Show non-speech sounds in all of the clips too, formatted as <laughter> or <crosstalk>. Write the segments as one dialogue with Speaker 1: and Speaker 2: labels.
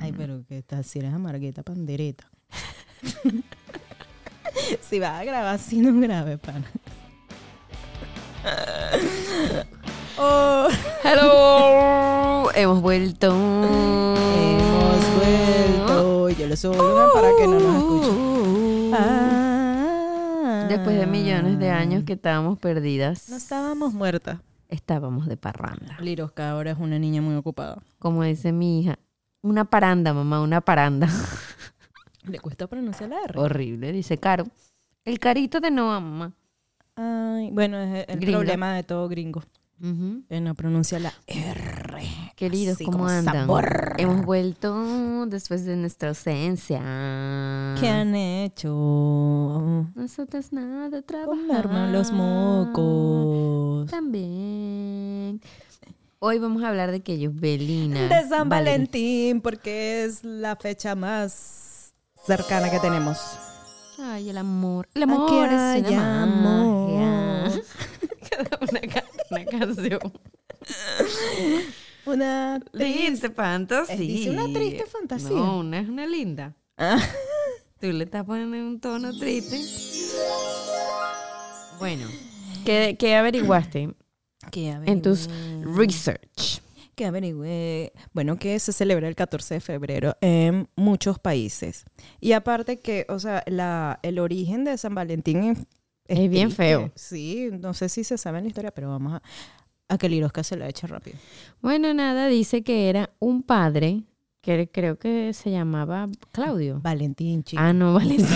Speaker 1: Ay, pero que estás, si eres amargueta
Speaker 2: <laughs>
Speaker 1: pandereta. si vas a grabar, si no grabes,
Speaker 2: <laughs>
Speaker 1: pana. Oh,
Speaker 2: Hello. Hemos vuelto.
Speaker 1: hemos
Speaker 2: Oh.
Speaker 1: vuelto. Yo le soy una para que no nos escuchen. Ah.
Speaker 2: Después de millones de años que estábamos perdidas,
Speaker 1: No estábamos muertas.
Speaker 2: estábamos de parranda.
Speaker 1: Lirosca ahora es una niña muy ocupada.
Speaker 2: Como dice mi hija, una paranda, mamá,
Speaker 1: <laughs>
Speaker 2: una paranda.
Speaker 1: Le cuesta pronunciar la R.
Speaker 2: Horrible, dice Caro. El carito de Noah, mamá.
Speaker 1: Ay, bueno, es el
Speaker 2: Gringo.
Speaker 1: problema de todo gringo. Que no pronuncia la R.
Speaker 2: Queridos,
Speaker 1: Así
Speaker 2: ¿cómo
Speaker 1: como
Speaker 2: andan?
Speaker 1: sabor.
Speaker 2: Hemos vuelto después de nuestra ausencia.
Speaker 1: ¿Qué
Speaker 2: Ah.
Speaker 1: han hecho?
Speaker 2: Nosotros nada
Speaker 1: Comerme
Speaker 2: trabajamos.
Speaker 1: los mocos.
Speaker 2: También. Hoy vamos a hablar de que ellos, Belina.
Speaker 1: De San
Speaker 2: Valeria.
Speaker 1: Valentín, porque es la fecha más cercana que tenemos.
Speaker 2: Ay, el amor. El
Speaker 1: Aquí
Speaker 2: amor
Speaker 1: hay
Speaker 2: es una
Speaker 1: amor.
Speaker 2: magia. Cada <laughs> una, canta una canción.
Speaker 1: Una triste.
Speaker 2: Triste fantasía.
Speaker 1: eh, Dice una triste fantasía.
Speaker 2: No, una es una linda.
Speaker 1: Ah,
Speaker 2: Tú le estás poniendo un tono triste. Bueno, ¿qué, qué averiguaste
Speaker 1: que averigüe,
Speaker 2: en tus research?
Speaker 1: que averigüe. Bueno, que se celebra el 14 de febrero en muchos países. Y aparte que, o sea, la, el origen de San Valentín es,
Speaker 2: Es bien
Speaker 1: triste.
Speaker 2: feo.
Speaker 1: Sí, no sé si se sabe la historia, pero vamos a, a que Lirosca se la eche rápido.
Speaker 2: Bueno, nada, dice que era un padre que creo que se llamaba Claudio.
Speaker 1: Valentín, chico.
Speaker 2: Ah, no, <laughs> Valentín.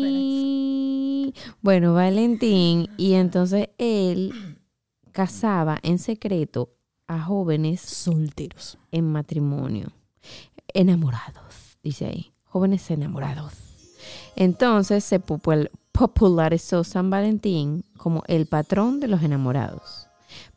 Speaker 2: Upsi. Bueno, Valentín. Y entonces él casaba en secreto a jóvenes
Speaker 1: Solteros.
Speaker 2: en matrimonio. Enamorados, dice ahí. Jóvenes enamorados. Entonces se popul- popularizó San Valentín como el patrón de los enamorados.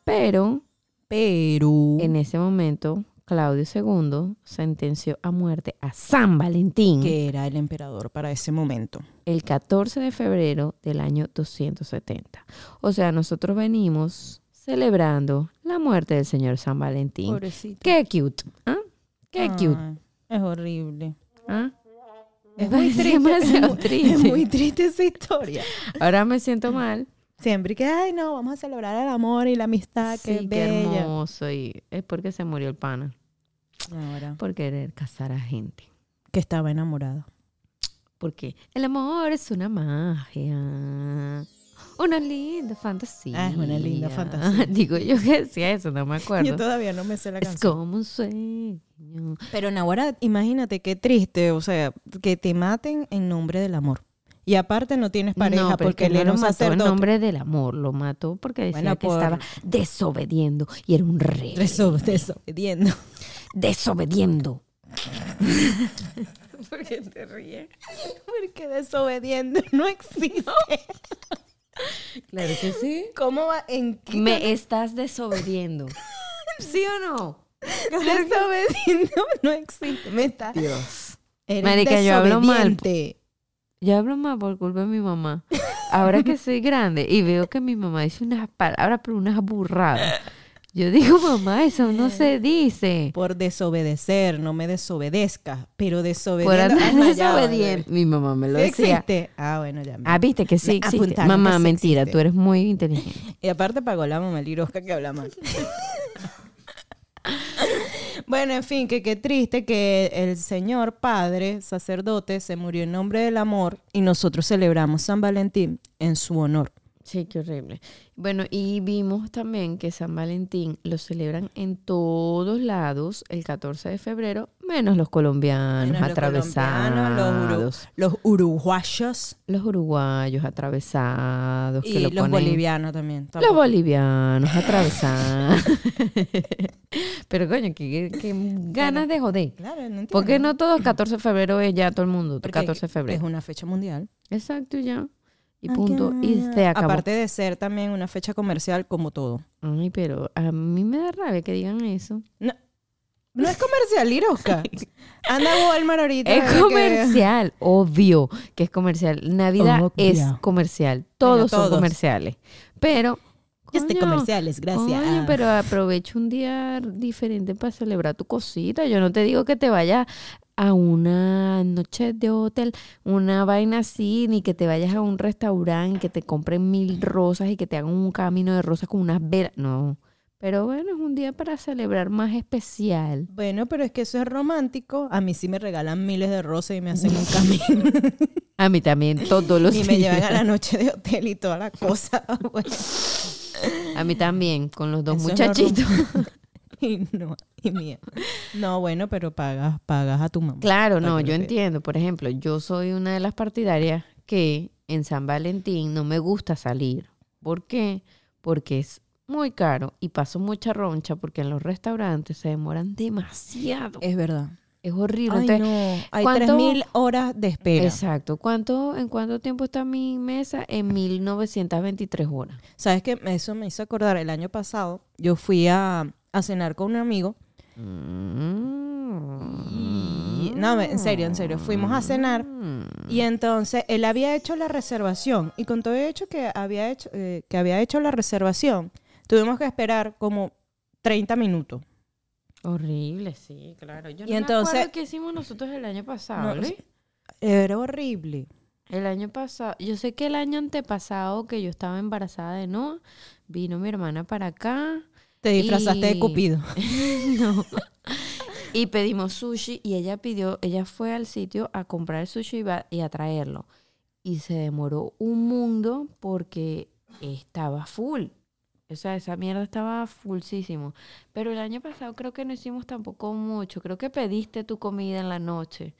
Speaker 2: Pero
Speaker 1: Pero.
Speaker 2: en ese momento, Claudio II sentenció a muerte a San Valentín
Speaker 1: que era el emperador para ese momento.
Speaker 2: el 14 de febrero del año 270. O sea, nosotros venimos celebrando la muerte del señor San Valentín.
Speaker 1: Pobrecito. Ah,
Speaker 2: Qué cute, ¿ah? Qué cute,
Speaker 1: Es horrible.
Speaker 2: ¿ah?
Speaker 1: Es
Speaker 2: Me
Speaker 1: muy
Speaker 2: parece
Speaker 1: triste.
Speaker 2: demasiado
Speaker 1: es, muy,
Speaker 2: triste.
Speaker 1: es muy triste esa historia.
Speaker 2: Ahora me siento mal.
Speaker 1: Siempre que, ay, no, vamos a celebrar el amor y la amistad,
Speaker 2: Sí,
Speaker 1: Ah, qué
Speaker 2: qué
Speaker 1: bella.
Speaker 2: hermoso. Y es porque se murió el pana.
Speaker 1: Ahora,
Speaker 2: Por querer casar a gente.
Speaker 1: que estaba enamorada.
Speaker 2: Porque el amor es una magia. Una linda fantasía.
Speaker 1: Ah, es una
Speaker 2: <laughs>
Speaker 1: linda fantasía.
Speaker 2: Digo yo que decía eso, no me
Speaker 1: <laughs>
Speaker 2: acuerdo.
Speaker 1: Yo todavía no me sé la
Speaker 2: Es
Speaker 1: canción.
Speaker 2: como un sueño.
Speaker 1: Pero Nahuara, imagínate qué triste, o sea, que te maten en nombre del amor. Y aparte no tienes pareja
Speaker 2: no, pero es
Speaker 1: porque
Speaker 2: que
Speaker 1: él
Speaker 2: no
Speaker 1: era
Speaker 2: lo
Speaker 1: un
Speaker 2: mató en
Speaker 1: sacerdote.
Speaker 2: nombre del amor, lo mató porque decía
Speaker 1: Bueno,
Speaker 2: que
Speaker 1: por-
Speaker 2: estaba desobediendo y era un rey.
Speaker 1: <laughs> Reso- <laughs> Desobediendo.
Speaker 2: Desobediendo. <laughs> ¿Por qué te ríes?
Speaker 1: <laughs> Porque desobediendo no existe.
Speaker 2: Claro que sí.
Speaker 1: ¿Cómo va? ¿En qué? <laughs>
Speaker 2: <laughs> Me estás desobediendo. ¿Sí o no?
Speaker 1: Desobediendo <laughs> no existe. Me está.
Speaker 2: Dios.
Speaker 1: Eres
Speaker 2: Marica, yo hablo mal.
Speaker 1: desobediente.
Speaker 2: Yo hablo más por culpa de mi mamá. Ahora que soy grande y veo que mi mamá dice unas palabras, pero unas burradas. Yo digo, mamá, eso no se dice.
Speaker 1: Por desobedecer, no me desobedezcas. Pero
Speaker 2: Por
Speaker 1: desobediendo.
Speaker 2: andar
Speaker 1: Ah, no, ya va,
Speaker 2: desobediente. Mi mamá me
Speaker 1: ya
Speaker 2: lo
Speaker 1: va. ¿Sí
Speaker 2: decía.
Speaker 1: existe? Ah, bueno, ya. me-
Speaker 2: Ah, viste que sí
Speaker 1: Me
Speaker 2: existe.
Speaker 1: apuntaron que
Speaker 2: Mamá,
Speaker 1: sí
Speaker 2: mentira,
Speaker 1: existe.
Speaker 2: tú eres muy inteligente.
Speaker 1: Y aparte pagó la mamá Lirosca que habla
Speaker 2: <laughs>
Speaker 1: mal. bueno, en fin, que qué triste que el señor padre, sacerdote, se murió en nombre del amor y nosotros celebramos San Valentín en su honor.
Speaker 2: Sí, qué horrible. Bueno, y vimos también que San Valentín lo celebran en todos lados el 14 de febrero, menos los colombianos
Speaker 1: Menos los
Speaker 2: atravesados.
Speaker 1: colombianos,
Speaker 2: los,
Speaker 1: los, uru- los uruguayos
Speaker 2: uruguayos atravesados.
Speaker 1: y
Speaker 2: que lo
Speaker 1: los
Speaker 2: ponen-
Speaker 1: bolivianos también.
Speaker 2: Los
Speaker 1: tampoco.
Speaker 2: bolivianos
Speaker 1: <laughs>
Speaker 2: atravesados. <laughs> Pero coño, qué, qué- qué ganas de joder.
Speaker 1: Claro, no entiendo.
Speaker 2: ¿Por qué no todo el 14 de febrero es ya todo el mundo?
Speaker 1: Porque
Speaker 2: 14 de febrero.
Speaker 1: Es Ah, una fecha mundial.
Speaker 2: Exacto, ya. Y punto. Y se acabó.
Speaker 1: Aparte de ser también una fecha comercial como todo.
Speaker 2: Ay, pero a mí me da rabia que digan eso.
Speaker 1: No, no
Speaker 2: <laughs>
Speaker 1: es comercial, Iroska. Anda a Walmart ahorita. a
Speaker 2: Es
Speaker 1: ver qué-
Speaker 2: comercial, obvio que es comercial. Navidad
Speaker 1: Obvio.
Speaker 2: es comercial. Todos, son
Speaker 1: todos.
Speaker 2: comerciales. Pero
Speaker 1: Yo estoy
Speaker 2: Coño.
Speaker 1: comerciales, gracias.
Speaker 2: Coño, pero aprovecha un día diferente para celebrar tu cosita. Yo no te digo que te vayas a una noche de hotel, una vaina así, ni que te vayas a un restaurante, que te compren mil rosas y que te hagan un camino de rosas con unas velas. No. Pero bueno, es un día para celebrar más especial.
Speaker 1: Bueno, pero es que eso es romántico. A mí sí me regalan miles de rosas y me hacen
Speaker 2: <laughs>
Speaker 1: un camino.
Speaker 2: A mí también
Speaker 1: <laughs>
Speaker 2: todos los
Speaker 1: y me
Speaker 2: días.
Speaker 1: llevan a la noche de hotel y toda la cosa. <laughs> Bueno,
Speaker 2: A mí también, con los dos
Speaker 1: Eso es
Speaker 2: muchachitos.
Speaker 1: <laughs> y no, y mía. No, bueno, pero pagas, pagas a tu mamá.
Speaker 2: <laughs> Claro,
Speaker 1: Para
Speaker 2: no,
Speaker 1: que lo
Speaker 2: yo
Speaker 1: vea.
Speaker 2: entiendo. Por ejemplo, yo soy una de las partidarias que en San Valentín no me gusta salir. ¿Por qué? Porque es muy caro y paso mucha roncha porque en los restaurantes se demoran demasiado.
Speaker 1: Es verdad.
Speaker 2: Es horrible.
Speaker 1: Eh, Ay,
Speaker 2: Entonces,
Speaker 1: no. Hay
Speaker 2: ¿cuánto-
Speaker 1: 3.000 horas de espera.
Speaker 2: Exacto. ¿Cuánto, ¿En cuánto tiempo está mi mesa? En 1923 horas.
Speaker 1: ¿Sabes qué? Eso me hizo acordar. El año pasado yo fui a, a cenar con un amigo. Mm.
Speaker 2: Mm.
Speaker 1: Y, no, me- en serio, en serio. Fuimos a cenar. Y entonces él había hecho la reservación. Y con todo el hecho que había hecho, eh, que había hecho la reservación, tuvimos que esperar como 30 minutos.
Speaker 2: Horrible, sí, claro. Yo
Speaker 1: Y
Speaker 2: no me
Speaker 1: entonces-
Speaker 2: acuerdo qué hicimos nosotros el año pasado,
Speaker 1: No,
Speaker 2: Luis.
Speaker 1: Era horrible.
Speaker 2: El año pasado, yo sé que el año antepasado que yo estaba embarazada de Noah, vino mi hermana para acá.
Speaker 1: Te disfrazaste
Speaker 2: Y-
Speaker 1: de Cupido.
Speaker 2: No. y pedimos sushi y ella pidió, ella fue al sitio a comprar el sushi y, va- y a traerlo. Y se demoró un mundo porque estaba full. O sea, esa mierda estaba fullísimo. Pero el año pasado creo que no hicimos tampoco mucho. Creo que pediste tu comida en la noche.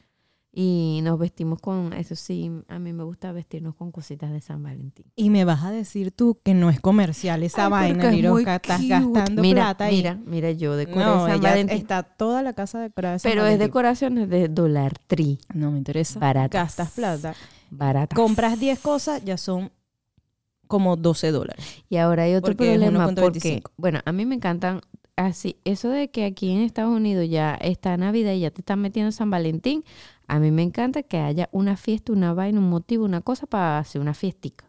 Speaker 2: Y nos vestimos con, eso sí, a mí me gusta vestirnos con cositas de San Valentín.
Speaker 1: Y me vas a decir tú que no es comercial esa
Speaker 2: Ay,
Speaker 1: vaina,
Speaker 2: porque es muy
Speaker 1: Liroca. Estás
Speaker 2: cute.
Speaker 1: gastando
Speaker 2: mira,
Speaker 1: plata. y-
Speaker 2: Mira, mira, yo decoré
Speaker 1: No,
Speaker 2: San
Speaker 1: ella
Speaker 2: Valentín.
Speaker 1: está toda la casa decorada de San
Speaker 2: Pero es
Speaker 1: Valentín.
Speaker 2: decoraciones de Dollar Tree.
Speaker 1: No me interesa.
Speaker 2: Baratas.
Speaker 1: Gastas plata.
Speaker 2: Baratas.
Speaker 1: Compras 10 cosas, ya son como 12 dólares.
Speaker 2: Y ahora hay otro
Speaker 1: Porque es
Speaker 2: problema
Speaker 1: 1.25.
Speaker 2: porque, bueno, a mí me encantan así, eso de que aquí en Estados Unidos ya está Navidad y ya te están metiendo San Valentín, a mí me encanta que haya una fiesta, una vaina, un motivo, una cosa para hacer una fiestica.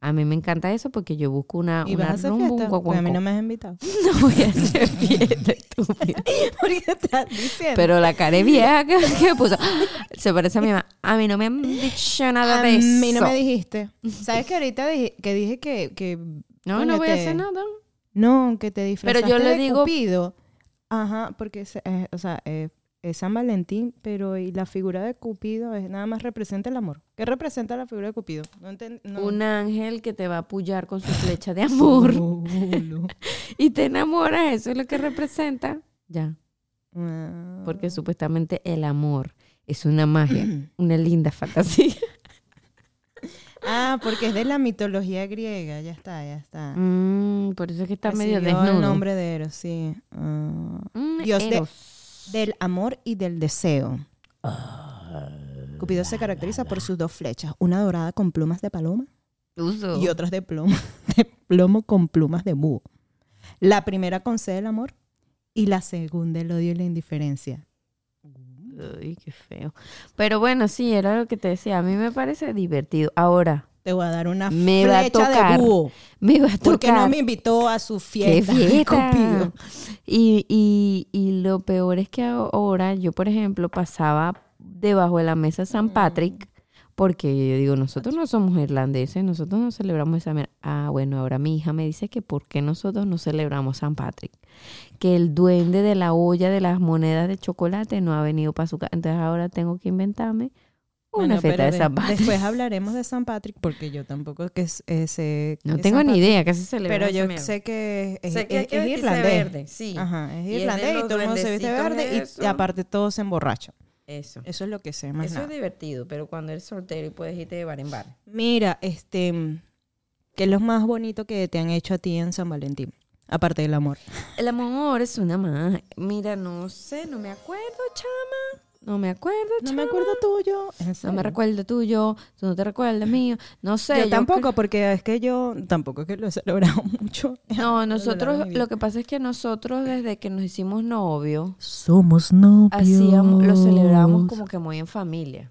Speaker 2: A mí me encanta eso porque yo busco una,
Speaker 1: ¿Y
Speaker 2: Ah, una
Speaker 1: vas a hacer
Speaker 2: rumba, un
Speaker 1: fiesta?
Speaker 2: guaguancó.
Speaker 1: Pues a mí no me has invitado.
Speaker 2: No voy a hacer
Speaker 1: <laughs>
Speaker 2: fiesta, estúpida.
Speaker 1: Porque estás diciendo?
Speaker 2: <laughs> Pero la
Speaker 1: <laughs>
Speaker 2: cara es vieja que, <laughs> que puso. Se parece a mi mamá. A mí no me han dicho nada
Speaker 1: a
Speaker 2: de eso.
Speaker 1: mí no me dijiste. ¿Sabes que ahorita dije, que dije que... que
Speaker 2: No,
Speaker 1: coño,
Speaker 2: no voy a
Speaker 1: te-
Speaker 2: hacer nada.
Speaker 1: No, que te disfrazaste
Speaker 2: yo le
Speaker 1: de
Speaker 2: digo-
Speaker 1: Cupido. Ajá, porque, es- eh, o sea, eh, es San Valentín, pero y la figura de Cupido es nada más representa el amor. ¿Qué representa la figura de Cupido? No enten- no.
Speaker 2: Un ángel que te va a apoyar con su flecha de
Speaker 1: <laughs>
Speaker 2: amor
Speaker 1: Culo.
Speaker 2: y te enamora, eso es lo que representa. Ya,
Speaker 1: Ah.
Speaker 2: <laughs> porque supuestamente el amor es
Speaker 1: <clears throat>
Speaker 2: una magia, una linda fantasía.
Speaker 1: Ah, porque es de la mitología griega, ya está, ya está.
Speaker 2: <laughs> Mm, por eso es que está medio
Speaker 1: Recibió
Speaker 2: desnudo.
Speaker 1: el nombre de Eros, sí. Ah.
Speaker 2: Mm,
Speaker 1: Dios de-
Speaker 2: Eros.
Speaker 1: Del amor y del deseo.
Speaker 2: Ah,
Speaker 1: Cupido se caracteriza por sus dos flechas, una dorada con plumas de paloma
Speaker 2: Uso.
Speaker 1: y otras de plomo, <laughs> de plomo con plumas de búho. La primera concede el amor y la segunda el odio y la indiferencia.
Speaker 2: Ay, qué feo. Pero bueno, sí, era lo que te decía. A mí me parece divertido. Ahora,
Speaker 1: Te voy a dar una
Speaker 2: Me va a
Speaker 1: flecha
Speaker 2: tocar.
Speaker 1: de búho.
Speaker 2: me va a tocar.
Speaker 1: Porque no me invitó a su fiesta, <laughs>
Speaker 2: ¡Qué
Speaker 1: de
Speaker 2: <laughs> fiesta!
Speaker 1: Cupido.
Speaker 2: Y, y, y lo peor es que ahora yo, por ejemplo, pasaba debajo de la mesa
Speaker 1: Mm.
Speaker 2: San Patrick, porque yo digo, nosotros no somos irlandeses, nosotros no celebramos esa mierda. Ah, bueno, ahora mi hija me dice que por qué nosotros no celebramos San Patrick. Que el duende de la olla de las monedas de chocolate no ha venido para su casa. Entonces ahora tengo que inventarme una
Speaker 1: Bueno,
Speaker 2: fiesta
Speaker 1: pero
Speaker 2: de
Speaker 1: de-
Speaker 2: San Patrick.
Speaker 1: Después hablaremos de San Patrick porque yo tampoco que es, eh, sé
Speaker 2: <laughs> No
Speaker 1: que
Speaker 2: tengo
Speaker 1: San
Speaker 2: ni
Speaker 1: Patrick-
Speaker 2: idea qué se celebra.
Speaker 1: Pero
Speaker 2: esa
Speaker 1: yo
Speaker 2: mierda.
Speaker 1: sé que es,
Speaker 2: Sé que
Speaker 1: es-
Speaker 2: hay que
Speaker 1: es
Speaker 2: vestirse
Speaker 1: irlandés.
Speaker 2: verde, sí.
Speaker 1: Ajá, es
Speaker 2: Y es de
Speaker 1: irlandés y,
Speaker 2: los
Speaker 1: todo el mundo se viste
Speaker 2: duendecitos
Speaker 1: verde y- y,
Speaker 2: esos.
Speaker 1: aparte todos se emborrachan.
Speaker 2: Eso.
Speaker 1: Eso es lo que sé más
Speaker 2: Eso
Speaker 1: nada.
Speaker 2: es divertido, pero cuando eres soltero y puedes irte de bar en bar.
Speaker 1: Mira, este, ¿qué es lo más bonito que te han hecho a ti en San Valentín? Aparte del amor.
Speaker 2: El amor es una magia. Mira, no sé, no me acuerdo, chama. No me acuerdo,
Speaker 1: No me
Speaker 2: chama.
Speaker 1: acuerdo tuyo. ¿En
Speaker 2: No
Speaker 1: serio?
Speaker 2: me recuerdo tuyo, tú no te recuerdas mío. No sé.
Speaker 1: Yo
Speaker 2: yo
Speaker 1: tampoco, porque es que yo tampoco es que lo he celebrado <laughs> mucho.
Speaker 2: creo- <laughs> No, nosotros,
Speaker 1: mi vida.
Speaker 2: lo que pasa es que nosotros desde que nos hicimos novio,
Speaker 1: Somos novios.
Speaker 2: hacíamos, lo celebramos como que muy en familia.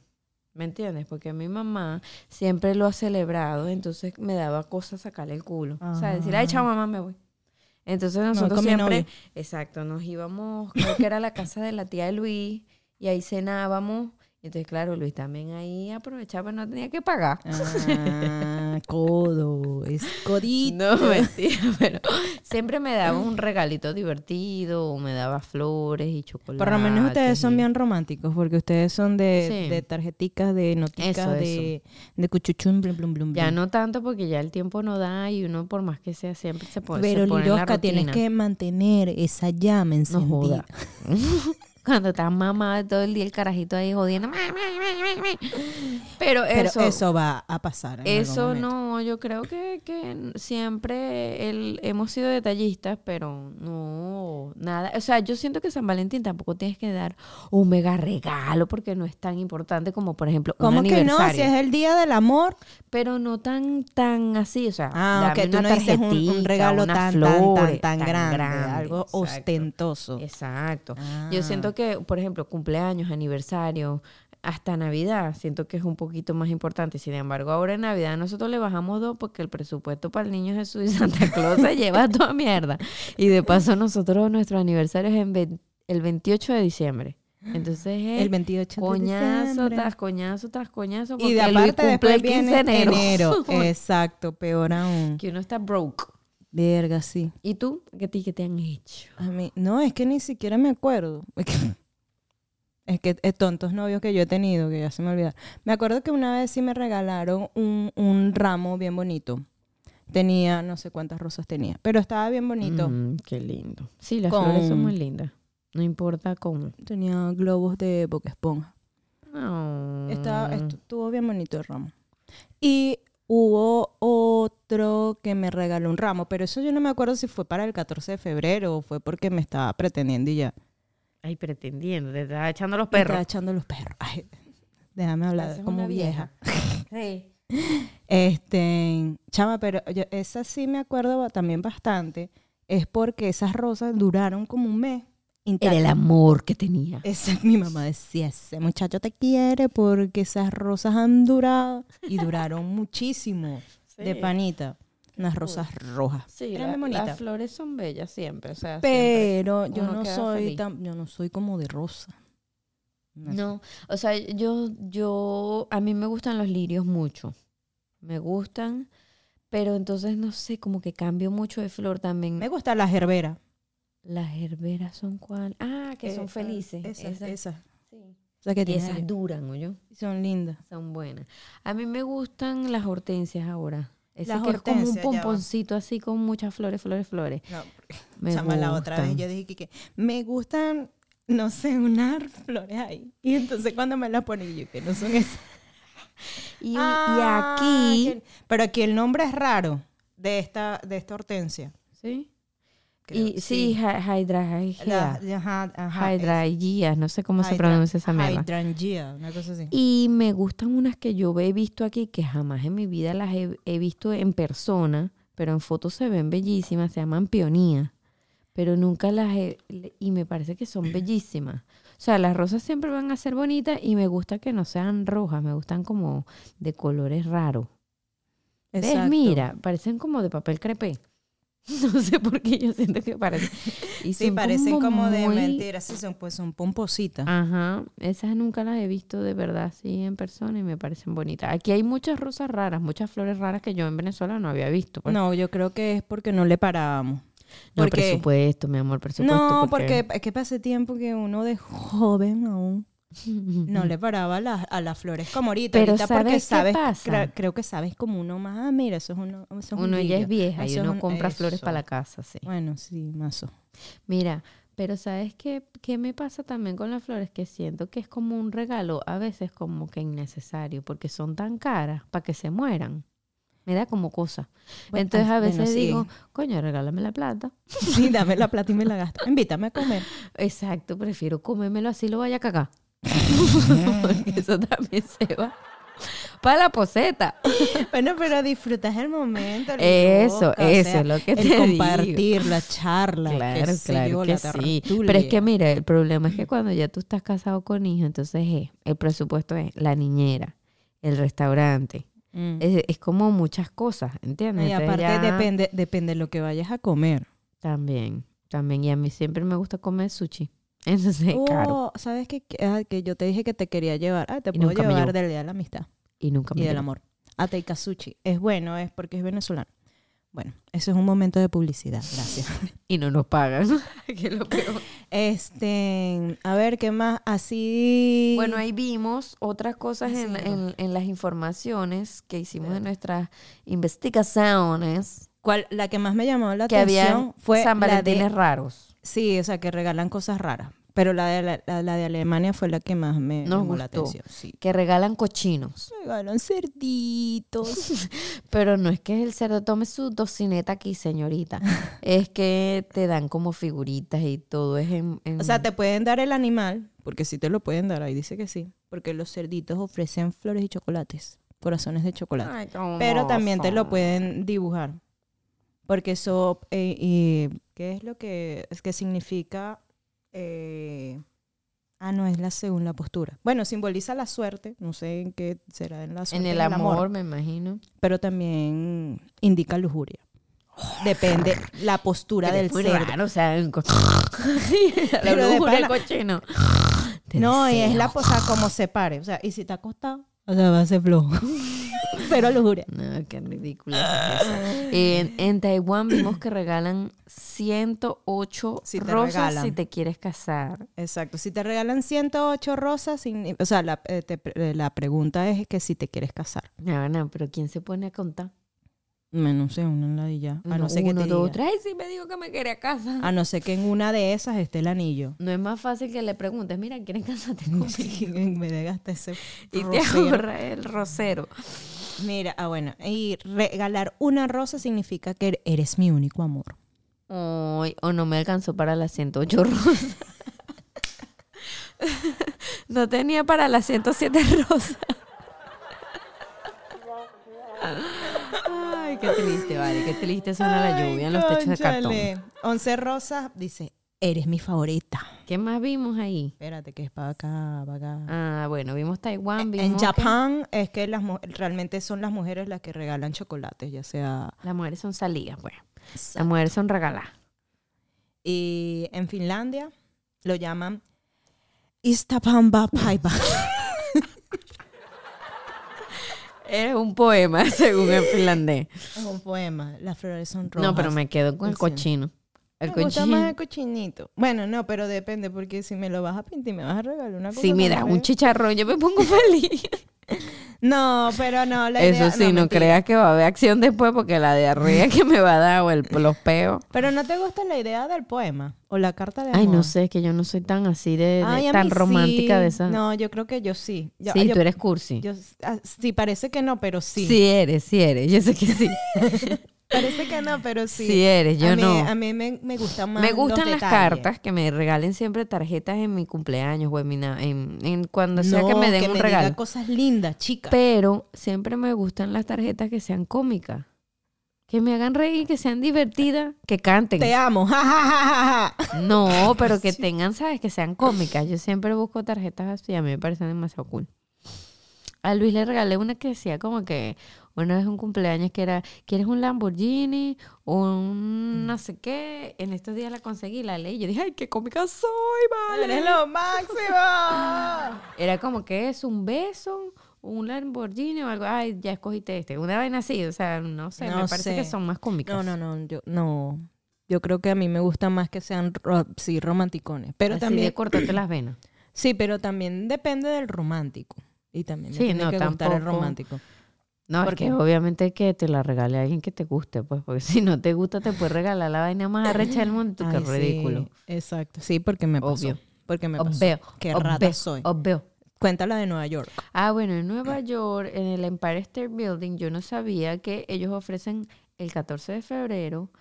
Speaker 2: ¿Me entiendes? Porque mi mamá siempre lo ha celebrado, entonces me daba cosa sacarle el culo. O sea, decir, ay, chao, mamá, me voy. Entonces nosotros
Speaker 1: con mi
Speaker 2: siempre,
Speaker 1: novio.
Speaker 2: exacto, nos íbamos, creo que era la casa de la tía de Luis, y ahí cenábamos. Y entonces, claro, Luis también ahí aprovechaba, no tenía que pagar.
Speaker 1: Ah, codo, es codito.
Speaker 2: No, <laughs> mentira, pero siempre me daba un regalito divertido, o me daba flores y chocolate.
Speaker 1: Por lo menos ustedes son bien románticos, porque ustedes son de,
Speaker 2: Sí.
Speaker 1: de tarjeticas, de noticas,
Speaker 2: Eso,
Speaker 1: de, de cuchuchún, blum, blum, blum.
Speaker 2: Ya
Speaker 1: blum.
Speaker 2: no tanto porque ya el tiempo no da y uno por más que sea siempre se puede
Speaker 1: Pero
Speaker 2: se pone en la
Speaker 1: Lirosca, tienes
Speaker 2: rutina.
Speaker 1: que mantener esa llama
Speaker 2: no
Speaker 1: encendida.
Speaker 2: joda. <laughs> Cuando estás mamada todo el día el carajito ahí jodiendo. Pero
Speaker 1: Pero
Speaker 2: eso,
Speaker 1: eso, va a pasar. en algún
Speaker 2: eso
Speaker 1: momento.
Speaker 2: no, yo creo que, que siempre el- hemos sido detallistas, pero no, nada. O sea, yo siento que San Valentín tampoco tienes que dar un mega regalo porque no es tan importante como, por ejemplo, un
Speaker 1: ¿Cómo que no? Si
Speaker 2: aniversario.
Speaker 1: es el día del amor.
Speaker 2: Pero no tan, tan así, o sea,
Speaker 1: Ah,
Speaker 2: dame
Speaker 1: ok, tú
Speaker 2: una
Speaker 1: no dices un- un,
Speaker 2: tarjetita,
Speaker 1: regalo
Speaker 2: unas
Speaker 1: tan,
Speaker 2: flores,
Speaker 1: tan, tan, tan, grande, algo
Speaker 2: exacto.
Speaker 1: ostentoso.
Speaker 2: Exacto.
Speaker 1: Ah.
Speaker 2: Yo siento que, por ejemplo, cumpleaños, aniversario, hasta Navidad, siento que es un poquito más importante. Sin embargo, ahora en Navidad nosotros le bajamos dos porque el presupuesto para el niño Jesús y Santa Claus se lleva toda mierda. Y de paso nosotros, nuestro aniversario es en ve- el 28 de diciembre. Entonces es
Speaker 1: El 28 de
Speaker 2: coñazo
Speaker 1: diciembre.
Speaker 2: tras coñazo tras coñazo porque
Speaker 1: Y de
Speaker 2: Luis
Speaker 1: aparte
Speaker 2: cumple
Speaker 1: después
Speaker 2: el 15 de
Speaker 1: viene enero.
Speaker 2: <laughs>
Speaker 1: <laughs>
Speaker 2: enero.
Speaker 1: Exacto, peor aún.
Speaker 2: que uno está broke.
Speaker 1: Verga, sí.
Speaker 2: ¿Y tú? ¿Qué te, qué te han hecho?
Speaker 1: A mí- no, es que ni siquiera me acuerdo. Es que, es que eh, tontos novios que yo he tenido, que ya se me olvidaron. Me acuerdo que una vez sí me regalaron un, un ramo bien bonito. Tenía, no sé cuántas rosas tenía, pero estaba bien bonito.
Speaker 2: Mm, qué lindo. Sí, las
Speaker 1: Con-
Speaker 2: flores son muy lindas. No importa cómo.
Speaker 1: Tenía globos de boca esponja.
Speaker 2: No.
Speaker 1: Estaba, estu- estuvo bien bonito el ramo. Y hubo otro que me regaló un ramo, pero eso yo no me acuerdo si fue para el 14 de febrero o fue porque me estaba pretendiendo y ya.
Speaker 2: Ay, pretendiendo, te estás echando los
Speaker 1: Me estaba
Speaker 2: perros.
Speaker 1: echando los perros. Ay, déjame
Speaker 2: Haces
Speaker 1: hablar
Speaker 2: una
Speaker 1: como vieja.
Speaker 2: <laughs> Sí.
Speaker 1: Este, chama, pero yo- esa sí me acuerdo ba- también bastante. Es porque esas rosas duraron como un mes.
Speaker 2: Era el
Speaker 1: intactas.
Speaker 2: amor que tenía.
Speaker 1: Esa- mi mamá decía, ese muchacho te quiere porque esas rosas han durado y <laughs> duraron muchísimo de
Speaker 2: Sí.
Speaker 1: panita. Unas rosas rojas.
Speaker 2: Sí,
Speaker 1: Eran
Speaker 2: la-
Speaker 1: bien bonitas.
Speaker 2: las flores son bellas siempre. O sea, siempre.
Speaker 1: Pero yo
Speaker 2: uno
Speaker 1: no
Speaker 2: queda
Speaker 1: soy
Speaker 2: feliz.
Speaker 1: tan, yo no soy como de rosa.
Speaker 2: No, o sea, yo, yo, a mí me gustan los lirios mucho. Me gustan, pero entonces no sé, como que cambio mucho de flor también.
Speaker 1: Me gusta la gerbera.
Speaker 2: Las herberas son cuál? Ah, que son felices.
Speaker 1: Esas,
Speaker 2: Esas,
Speaker 1: esas.
Speaker 2: sí.
Speaker 1: O sea, que
Speaker 2: Y
Speaker 1: tiene
Speaker 2: esas
Speaker 1: aire.
Speaker 2: duran, oye.
Speaker 1: Son lindas.
Speaker 2: Son buenas. A mí me gustan las hortensias ahora. Ese
Speaker 1: Las
Speaker 2: que es como un
Speaker 1: hortensias, ya va.
Speaker 2: pomponcito así con muchas flores, flores, flores. Me
Speaker 1: Chama, la otra vez
Speaker 2: gustan.
Speaker 1: yo dije que, que me gustan, no sé, unas flores ahí. Y entonces cuando me las ponen yo, que no son esas.
Speaker 2: Y, y
Speaker 1: Ah,
Speaker 2: aquí...
Speaker 1: que- pero aquí el nombre es raro de esta, de esta hortensia.
Speaker 2: ¿Sí?
Speaker 1: creo.
Speaker 2: y, sí, hy-
Speaker 1: La-
Speaker 2: hydrangea.
Speaker 1: ajá, ajá, es-
Speaker 2: Hydrangea, no sé cómo se
Speaker 1: hydra-
Speaker 2: pronuncia esa mierda.
Speaker 1: Hydrangea, una cosa así.
Speaker 2: Y me gustan unas que yo he visto aquí, que jamás en mi vida las he, he visto en persona, pero en fotos se ven bellísimas, se llaman peonías. Pero nunca las he... le- Y me parece que son bellísimas. O sea, las rosas siempre van a ser bonitas y me gusta que no sean rojas, me gustan como de colores raros. ¿Ves?
Speaker 1: Exacto.
Speaker 2: Mira, parecen como de papel crepé. <laughs> No sé por qué yo siento
Speaker 1: <laughs>
Speaker 2: que parecen. Y
Speaker 1: Sí,
Speaker 2: son
Speaker 1: parecen como, de
Speaker 2: muy- Ah,
Speaker 1: mentira. Sí, son, pues son pompositas.
Speaker 2: Ajá, esas nunca las he visto de verdad así en persona y me parecen bonitas. Aquí hay muchas rosas raras, muchas flores raras que yo en Venezuela no había visto. pues.
Speaker 1: No, yo creo que es porque no le parábamos.
Speaker 2: No,
Speaker 1: porque-
Speaker 2: presupuesto, mi amor, presupuesto.
Speaker 1: No,
Speaker 2: <laughs>
Speaker 1: porque es que pasé tiempo que uno de joven aún no le paraba a las, a las flores como ahorita.
Speaker 2: Pero
Speaker 1: ahorita
Speaker 2: ¿sabes
Speaker 1: porque
Speaker 2: qué
Speaker 1: sabes,
Speaker 2: pasa?
Speaker 1: cre- creo que sabes como uno más, ah, mira, eso es uno, eso es un
Speaker 2: uno ya es
Speaker 1: brillo.
Speaker 2: vieja y
Speaker 1: Eso es
Speaker 2: uno
Speaker 1: un-
Speaker 2: compra flores
Speaker 1: eso.
Speaker 2: para la casa, sí.
Speaker 1: Bueno, sí, mazo.
Speaker 2: Mira, pero ¿sabes qué, qué me pasa también con las flores? Que siento que es como un regalo, a veces como que innecesario, porque son tan caras para que se mueran. Me da como cosa.
Speaker 1: Bueno,
Speaker 2: Entonces a
Speaker 1: ah, bueno,
Speaker 2: veces
Speaker 1: sí.
Speaker 2: <laughs> digo, coño, regálame la plata.
Speaker 1: Sí, dame la plata y me la gasto. Invítame a comer. <laughs>
Speaker 2: Exacto, <laughs> prefiero comérmelo así lo vaya a cagar. Porque eso también se va. para la poseta.
Speaker 1: Bueno, pero disfrutas el momento. la
Speaker 2: Eso,
Speaker 1: loca, o
Speaker 2: eso
Speaker 1: sea,
Speaker 2: es lo que
Speaker 1: el
Speaker 2: te digo.
Speaker 1: compartir, la charla.
Speaker 2: Claro,
Speaker 1: qué sé
Speaker 2: claro
Speaker 1: yo,
Speaker 2: que
Speaker 1: la Mm.
Speaker 2: sí.
Speaker 1: tertulia.
Speaker 2: Pero es que mira, el problema es que cuando ya tú estás casado con hijos, entonces eh, el presupuesto es la niñera, el restaurante.
Speaker 1: Mm.
Speaker 2: Es, es como muchas cosas, ¿entiendes?
Speaker 1: Y
Speaker 2: Entonces,
Speaker 1: aparte
Speaker 2: ya
Speaker 1: depende, depende de lo que vayas a comer.
Speaker 2: También, también. Y a mí siempre me gusta comer sushi. <laughs> Entonces es caro.
Speaker 1: Oh, ¿Sabes qué? Que- ah, que yo te dije que te quería llevar. Ah, te
Speaker 2: Y
Speaker 1: puedo
Speaker 2: nunca me
Speaker 1: llevar
Speaker 2: llevó.
Speaker 1: del Día de la Amistad
Speaker 2: Y nunca me
Speaker 1: y del
Speaker 2: llevo.
Speaker 1: Amor. A Teikasuchi. Es bueno, es porque es venezolano. Bueno, eso es un momento de publicidad.
Speaker 2: <laughs>
Speaker 1: Gracias.
Speaker 2: Y no nos pagan. <laughs> que es lo peor.
Speaker 1: Este, a ver, ¿qué más? Así.
Speaker 2: Bueno, ahí vimos otras cosas en,
Speaker 1: Así.
Speaker 2: en- en las informaciones que hicimos en nuestras investigaciones.
Speaker 1: ¿Cuál- la que más me llamó la
Speaker 2: Que
Speaker 1: atención
Speaker 2: había
Speaker 1: fue
Speaker 2: San
Speaker 1: la
Speaker 2: Valentines
Speaker 1: de.
Speaker 2: raros.
Speaker 1: Sí, o sea, que regalan cosas raras. Pero la de, la, la- la de Alemania fue la que más me
Speaker 2: Nos
Speaker 1: llamó la
Speaker 2: gustó.
Speaker 1: atención. Sí.
Speaker 2: Que regalan cochinos.
Speaker 1: Regalan cerditos.
Speaker 2: Pero no es que el cerdo tome su docineta
Speaker 1: <laughs>
Speaker 2: aquí, señorita. es que te dan como figuritas y todo es en... en-
Speaker 1: o sea, te pueden dar el animal, porque sí te lo pueden dar, ahí dice que sí. Porque los cerditos ofrecen flores y chocolates, corazones de chocolate.
Speaker 2: Ay, qué
Speaker 1: pero también te lo
Speaker 2: hermoso.
Speaker 1: pueden dibujar. Porque eso, eh, eh, ¿qué es lo que, es que significa? eh, ah, no, es la según la postura. Bueno, simboliza la suerte, no sé en qué será en la suerte.
Speaker 2: En el amor, me imagino.
Speaker 1: Pero también indica lujuria. Depende la postura
Speaker 2: Pero
Speaker 1: del
Speaker 2: es muy
Speaker 1: cerdo.
Speaker 2: raro, o
Speaker 1: <laughs>
Speaker 2: sea, el co- <laughs> Sí, la
Speaker 1: Pero de
Speaker 2: lujuria, el
Speaker 1: pana-
Speaker 2: cochino. Te
Speaker 1: No, y es
Speaker 2: deseo.
Speaker 1: la postura como se pare. O sea, y si te acostado, o sea, va a ser flojo. <laughs> Pero lujuria.
Speaker 2: No, Ah, qué ridícula. esa cosa. en, en Taiwán vimos que regalan 108
Speaker 1: Si te
Speaker 2: rosas
Speaker 1: regalan.
Speaker 2: si te quieres casar.
Speaker 1: Exacto. Si te regalan 108 rosas, signi- o sea, la, eh, te pre- eh, la pregunta es que si te quieres casar.
Speaker 2: No, no, pero ¿quién se pone a contar?
Speaker 1: Menos en una en la y ya. A no,
Speaker 2: Uno,
Speaker 1: ser que
Speaker 2: uno,
Speaker 1: te
Speaker 2: dos,
Speaker 1: diga. Ah.
Speaker 2: tres. Ay, sí me dijo que me quería casar.
Speaker 1: A no ser que en una de esas esté el anillo.
Speaker 2: No es más fácil que le preguntes, mira, ¿quieren
Speaker 1: <laughs>
Speaker 2: casarte conmigo?
Speaker 1: Me degaste ese.
Speaker 2: Y te
Speaker 1: rocero.
Speaker 2: ahorra el rosero.
Speaker 1: Mira, ah, bueno. Y regalar una rosa significa que eres mi único amor.
Speaker 2: Ay, o no me alcanzó para las
Speaker 1: <laughs>
Speaker 2: 108 rosas. no tenía para las 107 rosas. Ay, qué triste, vale, qué triste suena la lluvia en los techos de cartón.
Speaker 1: 11 rosas, dice, eres mi favorita.
Speaker 2: ¿Qué más vimos ahí?
Speaker 1: Espérate, que es para acá, para acá.
Speaker 2: Ah, bueno, vimos Taiwán, vimos
Speaker 1: En
Speaker 2: que
Speaker 1: Japón es que las mu- realmente son las mujeres las que regalan chocolates, ya sea...
Speaker 2: las mujeres son salidas, bueno. Las mujeres son regaladas.
Speaker 1: Y en Finlandia lo llaman Istapamba
Speaker 2: <laughs>
Speaker 1: Paipa.
Speaker 2: Es un poema, <laughs> según el finlandés.
Speaker 1: es un poema, las flores son rojas.
Speaker 2: No, pero me quedo con el
Speaker 1: Sí.
Speaker 2: cochino. El
Speaker 1: Me gusta más
Speaker 2: cochino.
Speaker 1: el cochinito. Bueno, no, pero depende, porque si me lo vas a pintar y me vas a regalar una cosa...
Speaker 2: Si me
Speaker 1: como
Speaker 2: das
Speaker 1: que-
Speaker 2: un chicharrón, yo me pongo <laughs> feliz.
Speaker 1: No, pero no, la idea...
Speaker 2: Eso sí, no,
Speaker 1: mentira.
Speaker 2: creas que va a haber acción después porque la diarrea que me va a dar
Speaker 1: <laughs>
Speaker 2: o el, los peos.
Speaker 1: Pero no te gusta la idea del poema o la carta de amor.
Speaker 2: Ay, no sé, es que yo no soy tan así de, de-
Speaker 1: Ay, a
Speaker 2: tan
Speaker 1: mí
Speaker 2: romántica
Speaker 1: sí.
Speaker 2: de esa.
Speaker 1: No, yo creo que yo sí. Yo-
Speaker 2: sí,
Speaker 1: yo-
Speaker 2: tú eres cursi.
Speaker 1: yo- ah, sí, parece que no, pero sí.
Speaker 2: sí. eres, sí eres, yo sé que sí.
Speaker 1: Parece que no, pero <laughs> sí.
Speaker 2: Sí eres, yo
Speaker 1: a mí,
Speaker 2: no.
Speaker 1: A mí me, me gusta más.
Speaker 2: me
Speaker 1: los
Speaker 2: gustan las
Speaker 1: detalles.
Speaker 2: cartas, que me regalen siempre tarjetas en mi cumpleaños o en, mi na- en, en cuando sea
Speaker 1: No,
Speaker 2: que me den un
Speaker 1: diga
Speaker 2: regalo.
Speaker 1: cosas lindas, chica.
Speaker 2: Pero siempre me gustan las tarjetas que sean cómicas, que me hagan reír, que sean divertidas, que canten.
Speaker 1: Te amo. ja, ja, ja, ja, ja.
Speaker 2: No, pero que tengan, ¿sabes? Que sean cómicas. Yo siempre busco tarjetas así, a mí me parecen demasiado cool. A Luis le regalé una que decía como que una vez un cumpleaños que era, ¿quieres un Lamborghini? Un no sé qué. En estos días la conseguí, la leí. Yo dije, ¡ay, qué cómica soy, vale!
Speaker 1: Eres lo máximo.
Speaker 2: Era como que es un beso, un Lamborghini o algo. ¡Ay, ya escogiste este! Una vaina así, o sea, no sé,
Speaker 1: No
Speaker 2: me parece
Speaker 1: sé.
Speaker 2: que son más
Speaker 1: No,
Speaker 2: cómicas.
Speaker 1: no, no. Yo, no. Yo creo que a mí me gusta más que sean ro- sí, romanticones. Pero
Speaker 2: Así
Speaker 1: también.
Speaker 2: de cortarte las venas.
Speaker 1: Sí, pero también depende del romántico. Y también me
Speaker 2: Sí,
Speaker 1: tiene
Speaker 2: no,
Speaker 1: que gustar el
Speaker 2: tampoco.
Speaker 1: romántico.
Speaker 2: No,
Speaker 1: Porque-
Speaker 2: porque obviamente que te la regale a alguien que te guste, pues, porque <laughs> si no te gusta te puede regalar la vaina más arrecha del mundo, tú, qué
Speaker 1: Ay, sí,
Speaker 2: ridículo.
Speaker 1: Exacto. Sí, porque me pasó.
Speaker 2: Obvio.
Speaker 1: Porque me pasó.
Speaker 2: Obveo.
Speaker 1: Qué
Speaker 2: obveo,
Speaker 1: rata soy.
Speaker 2: Obveo.
Speaker 1: Cuéntala de Nueva York.
Speaker 2: Ah, bueno, en Nueva York, en el Empire State Building, yo no sabía que ellos ofrecen el 14 de febrero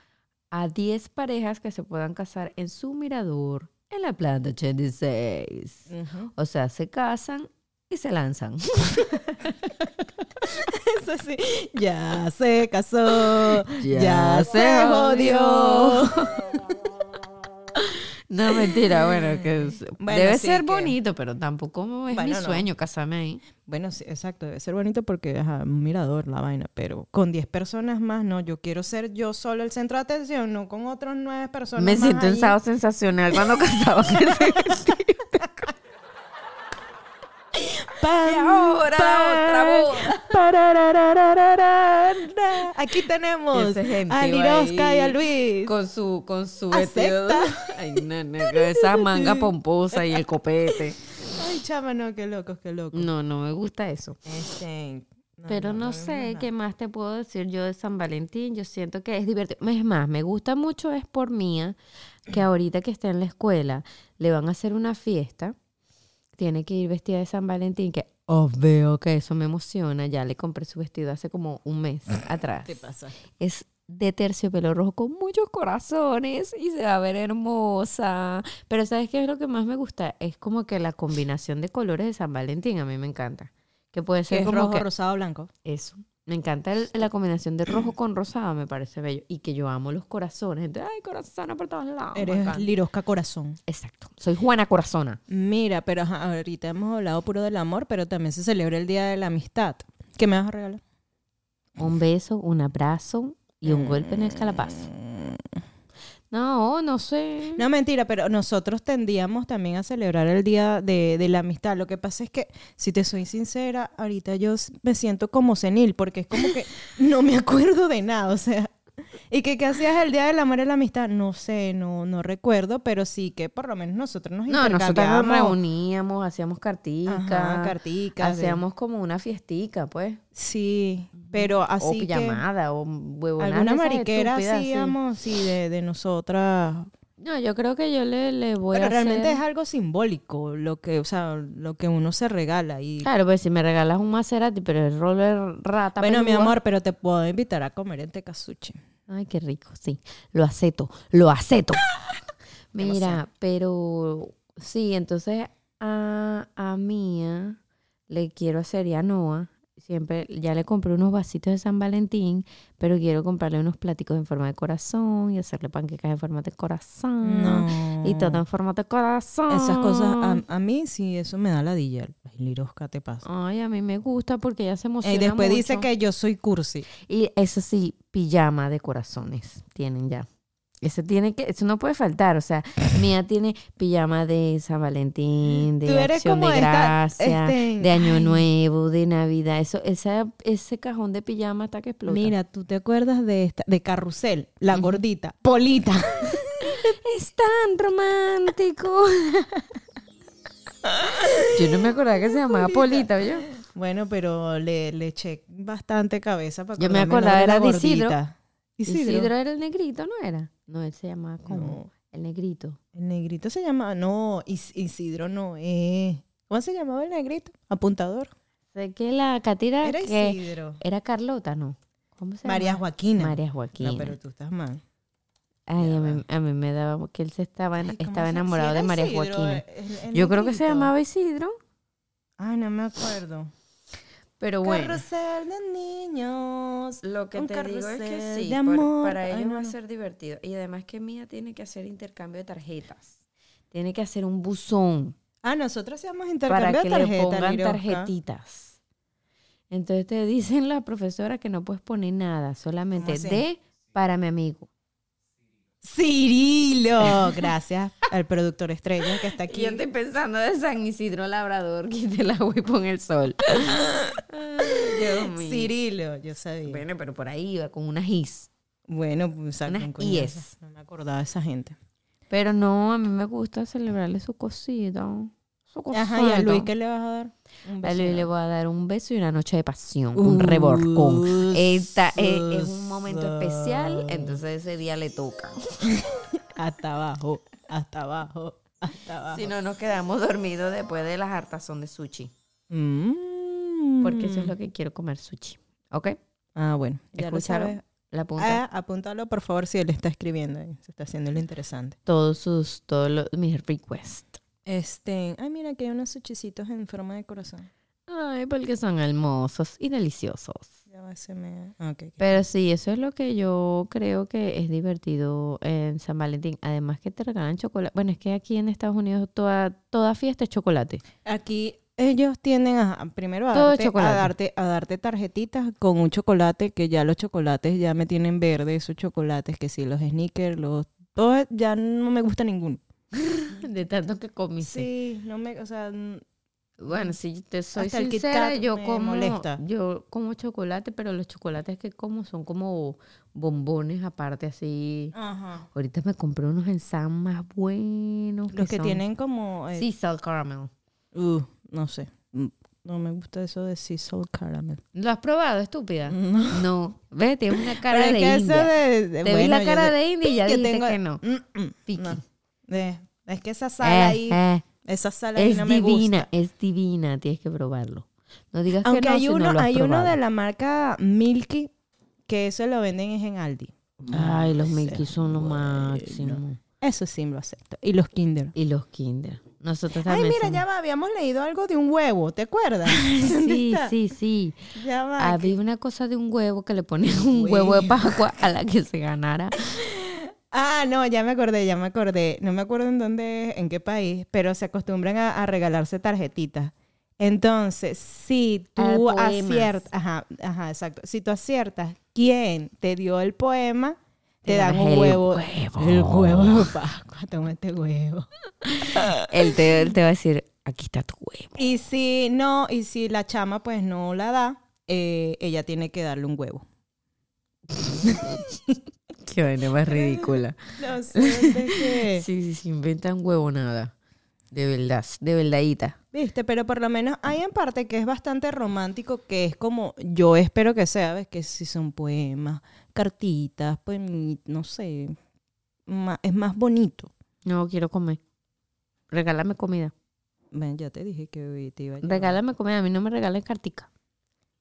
Speaker 2: a 10 parejas que se puedan casar en su mirador en la planta 86. O sea, se casan y se lanzan.
Speaker 1: Eso <laughs> sí. Ya se casó. Ya, se jodió.
Speaker 2: No, mentira, bueno, que es-
Speaker 1: Eh, Bueno,
Speaker 2: debe
Speaker 1: sí,
Speaker 2: ser
Speaker 1: que-
Speaker 2: bonito, pero tampoco es
Speaker 1: Bueno,
Speaker 2: mi
Speaker 1: no.
Speaker 2: sueño casarme ahí.
Speaker 1: <laughs> Bueno, sí, exacto, debe ser bonito porque es un mirador la vaina, pero con 10 personas más, no, yo quiero ser yo solo el centro de atención, no con otros 9 personas
Speaker 2: Me
Speaker 1: más.
Speaker 2: siento un
Speaker 1: ahí.
Speaker 2: sábado
Speaker 1: <laughs>
Speaker 2: sensacional cuando casaba con ese vestido.
Speaker 1: Pam,
Speaker 2: Y ahora otra boda.
Speaker 1: pararararararara. Aquí tenemos
Speaker 2: Y ese gentío
Speaker 1: a Lirosca
Speaker 2: ahí
Speaker 1: y a Luis.
Speaker 2: Con su, con su
Speaker 1: Acepta.
Speaker 2: vestido. <laughs> Ay, no, no, con esa manga pomposa y el copete.
Speaker 1: Ay, chama, no, qué locos, qué locos.
Speaker 2: No, no me gusta eso.
Speaker 1: Este,
Speaker 2: Pero no, sé qué más te puedo decir yo de San Valentín. Yo siento que es divertido. Es más, me gusta mucho, es por mía, <clears throat> que ahorita que está en la escuela, le van a hacer una fiesta. Tiene que ir vestida de San Valentín, que os veo que eso me emociona. Ya le compré su vestido hace como un <clears throat> mes atrás.
Speaker 1: te pasa.
Speaker 2: Es de terciopelo rojo con muchos corazones y se va a ver hermosa. Pero ¿sabes qué es lo que más me gusta? Es como que la combinación de colores de San Valentín a mí me encanta. Que puede ser
Speaker 1: es
Speaker 2: como
Speaker 1: rojo,
Speaker 2: que
Speaker 1: rosado, blanco.
Speaker 2: eso. Me encanta el- la combinación de rojo con rosado, me parece bello. Y que yo amo los corazones. Entonces, ay, corazones por todos lados. me
Speaker 1: Eres
Speaker 2: encanta.
Speaker 1: Lirosca Corazón.
Speaker 2: Exacto. Soy Juana Corazona.
Speaker 1: Mira, pero ajá, ahorita hemos hablado puro del amor, pero también se celebra el Día de la Amistad. ¿Qué me vas a regalar?
Speaker 2: Un beso, un abrazo y un golpe en el calapazo. No, no sé.
Speaker 1: Mm. No, mentira, pero nosotros tendíamos también a celebrar el Día de, de la Amistad. Lo que pasa es que, si te soy sincera, ahorita yo s- me siento como senil, porque es como
Speaker 2: <laughs>
Speaker 1: que no me acuerdo de nada, o sea. ¿Y que qué hacías el Día del Amor y la Amistad? No sé, no, no recuerdo, pero sí que por lo menos nosotros nos
Speaker 2: No, nosotros nos
Speaker 1: intercambiábamos.
Speaker 2: reuníamos, hacíamos carticas.
Speaker 1: Ajá, carticas de-
Speaker 2: Hacíamos como una fiestica, pues.
Speaker 1: Sí, pero así
Speaker 2: o
Speaker 1: que...
Speaker 2: pijamada, o huevonadas.
Speaker 1: Alguna
Speaker 2: de esas
Speaker 1: mariquera
Speaker 2: estúpidas, sí.
Speaker 1: hacíamos, sí, de, de nosotras.
Speaker 2: No, yo creo que yo le, le voy
Speaker 1: Pero
Speaker 2: a hacer-
Speaker 1: realmente es algo simbólico lo que, o sea, lo que uno se regala y
Speaker 2: Claro, pues si me regalas un Maserati, pero el rolo es rata.
Speaker 1: Bueno, mi
Speaker 2: peluda.
Speaker 1: amor, pero te puedo invitar a comer en Tecasuchi.
Speaker 2: Ay, qué rico, sí. Lo aceto,
Speaker 1: <laughs>
Speaker 2: lo aceto. Mira, pero sí, entonces a, a Mía le quiero hacer y a Noah. Siempre ya le compré unos vasitos de San Valentín, pero quiero comprarle unos pláticos en forma de corazón y hacerle panquecas en forma de corazón. Mm. Y todo en forma de corazón.
Speaker 1: Esas cosas, a, a mí sí, eso me da ladilla. Ay, Lirosca, te pasa.
Speaker 2: Ay, a mí me gusta porque ella se emociona.
Speaker 1: y después dice
Speaker 2: mucho.
Speaker 1: que yo soy cursi.
Speaker 2: Y eso sí, pijama de corazones tienen ya. Eso tiene que, eso no puede faltar. O sea, mía tiene pijama de San Valentín, de
Speaker 1: Tú eres
Speaker 2: Acción
Speaker 1: como
Speaker 2: de
Speaker 1: esta,
Speaker 2: Gracia,
Speaker 1: este,
Speaker 2: de Año
Speaker 1: ay.
Speaker 2: Nuevo, de Navidad. Eso, esa, ese cajón de pijama está que explota.
Speaker 1: Mira, ¿tú te acuerdas de esta? De Carrusel, la gordita, Polita.
Speaker 2: es tan romántico. Yo no me acordaba que se llamaba Polita, ¿oyó?
Speaker 1: <laughs> bueno, pero le, le eché bastante cabeza para
Speaker 2: Yo me
Speaker 1: acordarme el
Speaker 2: acordaba,
Speaker 1: nombre
Speaker 2: era de Isidro.
Speaker 1: gordita. Isidro.
Speaker 2: Isidro era el negrito, ¿no era? No, él se llamaba como
Speaker 1: No.
Speaker 2: el negrito.
Speaker 1: El negrito se llama, no, Is- Isidro no es. ¿Cómo se llamaba el negrito? Apuntador.
Speaker 2: Sé que la catira
Speaker 1: Era
Speaker 2: que
Speaker 1: Isidro.
Speaker 2: era Carlota, ¿no? ¿Cómo se
Speaker 1: María
Speaker 2: llama?
Speaker 1: Joaquina.
Speaker 2: María Joaquín.
Speaker 1: No, pero tú estás mal.
Speaker 2: Ay, a mí, a mí me daba que él se estaba,
Speaker 1: Ay, ¿cómo
Speaker 2: estaba
Speaker 1: se-
Speaker 2: enamorado
Speaker 1: si
Speaker 2: de
Speaker 1: era
Speaker 2: María
Speaker 1: Isidro,
Speaker 2: Joaquina.
Speaker 1: el- el
Speaker 2: Yo creo que se
Speaker 1: negrito?
Speaker 2: llamaba Isidro,
Speaker 1: Ay, no me acuerdo.
Speaker 2: pero
Speaker 1: Carrusel
Speaker 2: bueno.
Speaker 1: de niños.
Speaker 2: Lo que
Speaker 1: un
Speaker 2: te digo es que
Speaker 1: carrusel
Speaker 2: sí,
Speaker 1: de
Speaker 2: por-
Speaker 1: amor.
Speaker 2: para
Speaker 1: Ay,
Speaker 2: ellos
Speaker 1: no,
Speaker 2: va a
Speaker 1: no.
Speaker 2: ser divertido. Y además que Mía tiene que hacer intercambio de tarjetas. Tiene que hacer un buzón
Speaker 1: Ah, nosotros hacíamos
Speaker 2: para
Speaker 1: intercambio
Speaker 2: que
Speaker 1: de tarjeta,
Speaker 2: le pongan
Speaker 1: Lirosca.
Speaker 2: tarjetitas. Entonces te dicen las profesoras que no puedes poner nada, solamente
Speaker 1: así?
Speaker 2: de para mi amigo.
Speaker 1: Cirilo,
Speaker 2: <laughs>
Speaker 1: gracias al productor estrella que está
Speaker 2: Y
Speaker 1: aquí.
Speaker 2: Yo estoy pensando de San Isidro Labrador, <laughs> quita el agua y pon el sol. Ay, <laughs> Dios mío.
Speaker 1: Cirilo, yo sabía. Bueno,
Speaker 2: Bueno, pero por ahí iba con unas is.
Speaker 1: pues saca
Speaker 2: Unas
Speaker 1: un coñazo.
Speaker 2: IES.
Speaker 1: No me acordaba de esa gente.
Speaker 2: Pero no, a mí me gusta celebrarle su cosita. Su cosita.
Speaker 1: Ajá, y a Luis, ¿qué le Uh, vas a dar? Un
Speaker 2: A Luis
Speaker 1: beso.
Speaker 2: le voy a dar un beso y una noche de pasión, un reborcón. Esta es, es un momento especial, entonces ese día le toca.
Speaker 1: Hasta abajo, hasta abajo, hasta abajo.
Speaker 2: Si no, nos quedamos dormidos después de las hartazón de sushi.
Speaker 1: Mm.
Speaker 2: Porque eso es lo que quiero comer, sushi. ¿Ok?
Speaker 1: Ah, bueno. Ya lo sabes.
Speaker 2: ¿Escucharon? La punta.
Speaker 1: Ah, apúntalo, por favor, si él está escribiendo. ahí. Se está haciendo lo interesante.
Speaker 2: todos sus todos los, mis requests.
Speaker 1: Este, ay, mira, que hay unos suchicitos en forma de corazón.
Speaker 2: Ay, porque son hermosos y deliciosos.
Speaker 1: Ya va, se me- ah, ok, ok.
Speaker 2: Pero sí, eso es lo que yo creo que es divertido en San Valentín. Además que te regalan chocolate. Bueno, es que aquí en Estados Unidos toda, toda fiesta es chocolate.
Speaker 1: Aquí ellos tienden a primero a
Speaker 2: Todo
Speaker 1: darte, a
Speaker 2: chocolate.
Speaker 1: darte a darte tarjetitas con un chocolate que ya los chocolates ya me tienen verde esos chocolates que sí los sneakers los todos ya no me gusta ninguno
Speaker 2: <laughs> De tanto que comiste.
Speaker 1: sí no me o sea n-
Speaker 2: Bueno, si te soy
Speaker 1: Hasta el Kit
Speaker 2: sincera,
Speaker 1: Kat
Speaker 2: yo
Speaker 1: me
Speaker 2: como
Speaker 1: molesta.
Speaker 2: yo como chocolate, pero los chocolates que como son como bombones aparte así.
Speaker 1: ajá
Speaker 2: Ahorita me compré unos en Sam más buenos
Speaker 1: los que
Speaker 2: son
Speaker 1: tienen como eh,
Speaker 2: Cecil caramel.
Speaker 1: uh, no sé Mm, no me gusta eso de Cecil caramel
Speaker 2: ¿Lo has probado,
Speaker 1: <laughs>
Speaker 2: estúpida?
Speaker 1: no
Speaker 2: No, ve, tienes una cara
Speaker 1: Pero es
Speaker 2: de
Speaker 1: que eso
Speaker 2: india.
Speaker 1: de, de-
Speaker 2: Te vi
Speaker 1: bueno,
Speaker 2: la
Speaker 1: yo
Speaker 2: cara
Speaker 1: de-
Speaker 2: de india y ya
Speaker 1: yo
Speaker 2: dijiste
Speaker 1: tengo-
Speaker 2: que no.
Speaker 1: Mm, mm,
Speaker 2: Piqui.
Speaker 1: no. Eh, es que esa
Speaker 2: Eh,
Speaker 1: sala ahí
Speaker 2: eh,
Speaker 1: esa sala ahí
Speaker 2: es
Speaker 1: no me gusta
Speaker 2: divina, es divina, tienes que probarlo. No digas
Speaker 1: Aunque
Speaker 2: que no,
Speaker 1: hay
Speaker 2: si no
Speaker 1: uno,
Speaker 2: lo has
Speaker 1: hay uno
Speaker 2: probado.
Speaker 1: de la marca Milky que eso lo venden es en Aldi.
Speaker 2: Ay, los
Speaker 1: Ese
Speaker 2: Milky son lo
Speaker 1: bueno.
Speaker 2: máximo.
Speaker 1: Eso sí lo acepto. Y los Kinder.
Speaker 2: Y los Kinder. Nosotros
Speaker 1: Ay,
Speaker 2: también.
Speaker 1: mira,
Speaker 2: somos-
Speaker 1: ya va, habíamos leído algo de un huevo, ¿te
Speaker 2: <laughs>
Speaker 1: acuerdas? ¿Dónde
Speaker 2: Sí,
Speaker 1: está?
Speaker 2: sí, sí.
Speaker 1: Ya va.
Speaker 2: Había una cosa de un huevo que le ponían un huevo de Pascua a la que se ganara.
Speaker 1: Ah, no, ya me acordé, ya me acordé. No me acuerdo en dónde, en qué país, pero se acostumbran a, a regalarse tarjetitas. Entonces, si
Speaker 2: Ah,
Speaker 1: tú
Speaker 2: poemas.
Speaker 1: aciertas, ajá, ajá, exacto. Si tú aciertas quién te dio el poema, te,
Speaker 2: Te
Speaker 1: dan
Speaker 2: ganas
Speaker 1: un
Speaker 2: el
Speaker 1: huevo.
Speaker 2: huevo.
Speaker 1: El huevo de Pascua, toma este huevo.
Speaker 2: Él te, él te va a decir, aquí está tu huevo.
Speaker 1: Y si no, y si la chama pues no la da, eh, ella tiene que darle un huevo.
Speaker 2: Qué vaina más ridícula.
Speaker 1: No sé, ¿de qué? <laughs>
Speaker 2: Sí, sí, sí, inventan huevo nada. De verdad, de verdadita.
Speaker 1: Viste, pero por lo menos hay en parte que es bastante romántico, que es como yo espero que sea, ves que si son poemas, cartitas, pues no sé, ma- es más bonito.
Speaker 2: No, quiero comer. Regálame comida.
Speaker 1: Ven, ya te dije que hoy te iba a llevar.
Speaker 2: Regálame comida. A mí no me regalen cartica.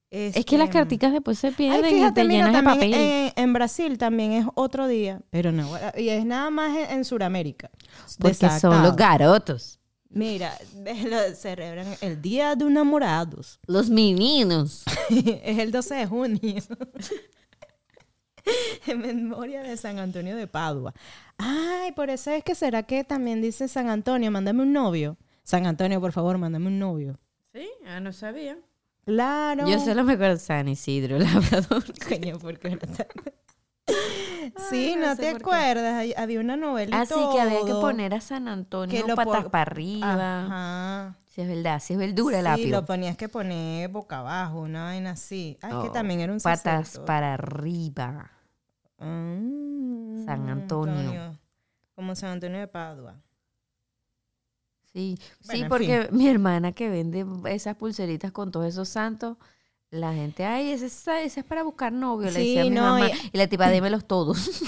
Speaker 2: Es que las
Speaker 1: Este,
Speaker 2: carticas después se
Speaker 1: Ay,
Speaker 2: pierden
Speaker 1: fíjate,
Speaker 2: y te
Speaker 1: mira,
Speaker 2: llenas de
Speaker 1: también eh,
Speaker 2: papel.
Speaker 1: en, en Brasil también es otro día, pero no, y es nada más en, en Sudamérica.
Speaker 2: porque son
Speaker 1: Desatado.
Speaker 2: los garotos.
Speaker 1: Mira, <laughs> lo celebran el Día de Enamorados.
Speaker 2: Los meninos.
Speaker 1: <laughs> es el 12 de junio. <laughs> en memoria de San Antonio de Padua. Ay, por eso es que será que también dice San Antonio, mándame un novio. San Antonio, por favor, mándame un novio.
Speaker 2: Sí, ah, no sabía.
Speaker 1: Claro.
Speaker 2: Yo solo me acuerdo de San Isidro, el labrador.
Speaker 1: <laughs> Coño, ¿por qué ahora
Speaker 2: <laughs>
Speaker 1: está- Sí,
Speaker 2: no
Speaker 1: no,
Speaker 2: sé
Speaker 1: te
Speaker 2: por qué.
Speaker 1: acuerdas. hay- Había una novela. y
Speaker 2: Así que había que
Speaker 1: todo.
Speaker 2: poner a San Antonio
Speaker 1: Que lo
Speaker 2: patas
Speaker 1: pon-
Speaker 2: para arriba.
Speaker 1: Ajá.
Speaker 2: Si es verdad, si es verdura el
Speaker 1: Sí,
Speaker 2: apio.
Speaker 1: lo ponías que poner boca abajo, una vaina así. Ay, que
Speaker 2: Oh,
Speaker 1: también era un
Speaker 2: Patas
Speaker 1: sacerdote.
Speaker 2: para arriba.
Speaker 1: Mm,
Speaker 2: San Antonio.
Speaker 1: Como San Antonio de Padua.
Speaker 2: Sí,
Speaker 1: Bueno,
Speaker 2: sí
Speaker 1: en
Speaker 2: porque <laughs> mi hermana que vende esas pulseritas con todos esos santos, la gente, ay, ese, es- ese es para buscar novio, le
Speaker 1: Sí,
Speaker 2: decía a mi
Speaker 1: no,
Speaker 2: mamá.
Speaker 1: y-
Speaker 2: Y... la tipa, démelos <laughs> todos.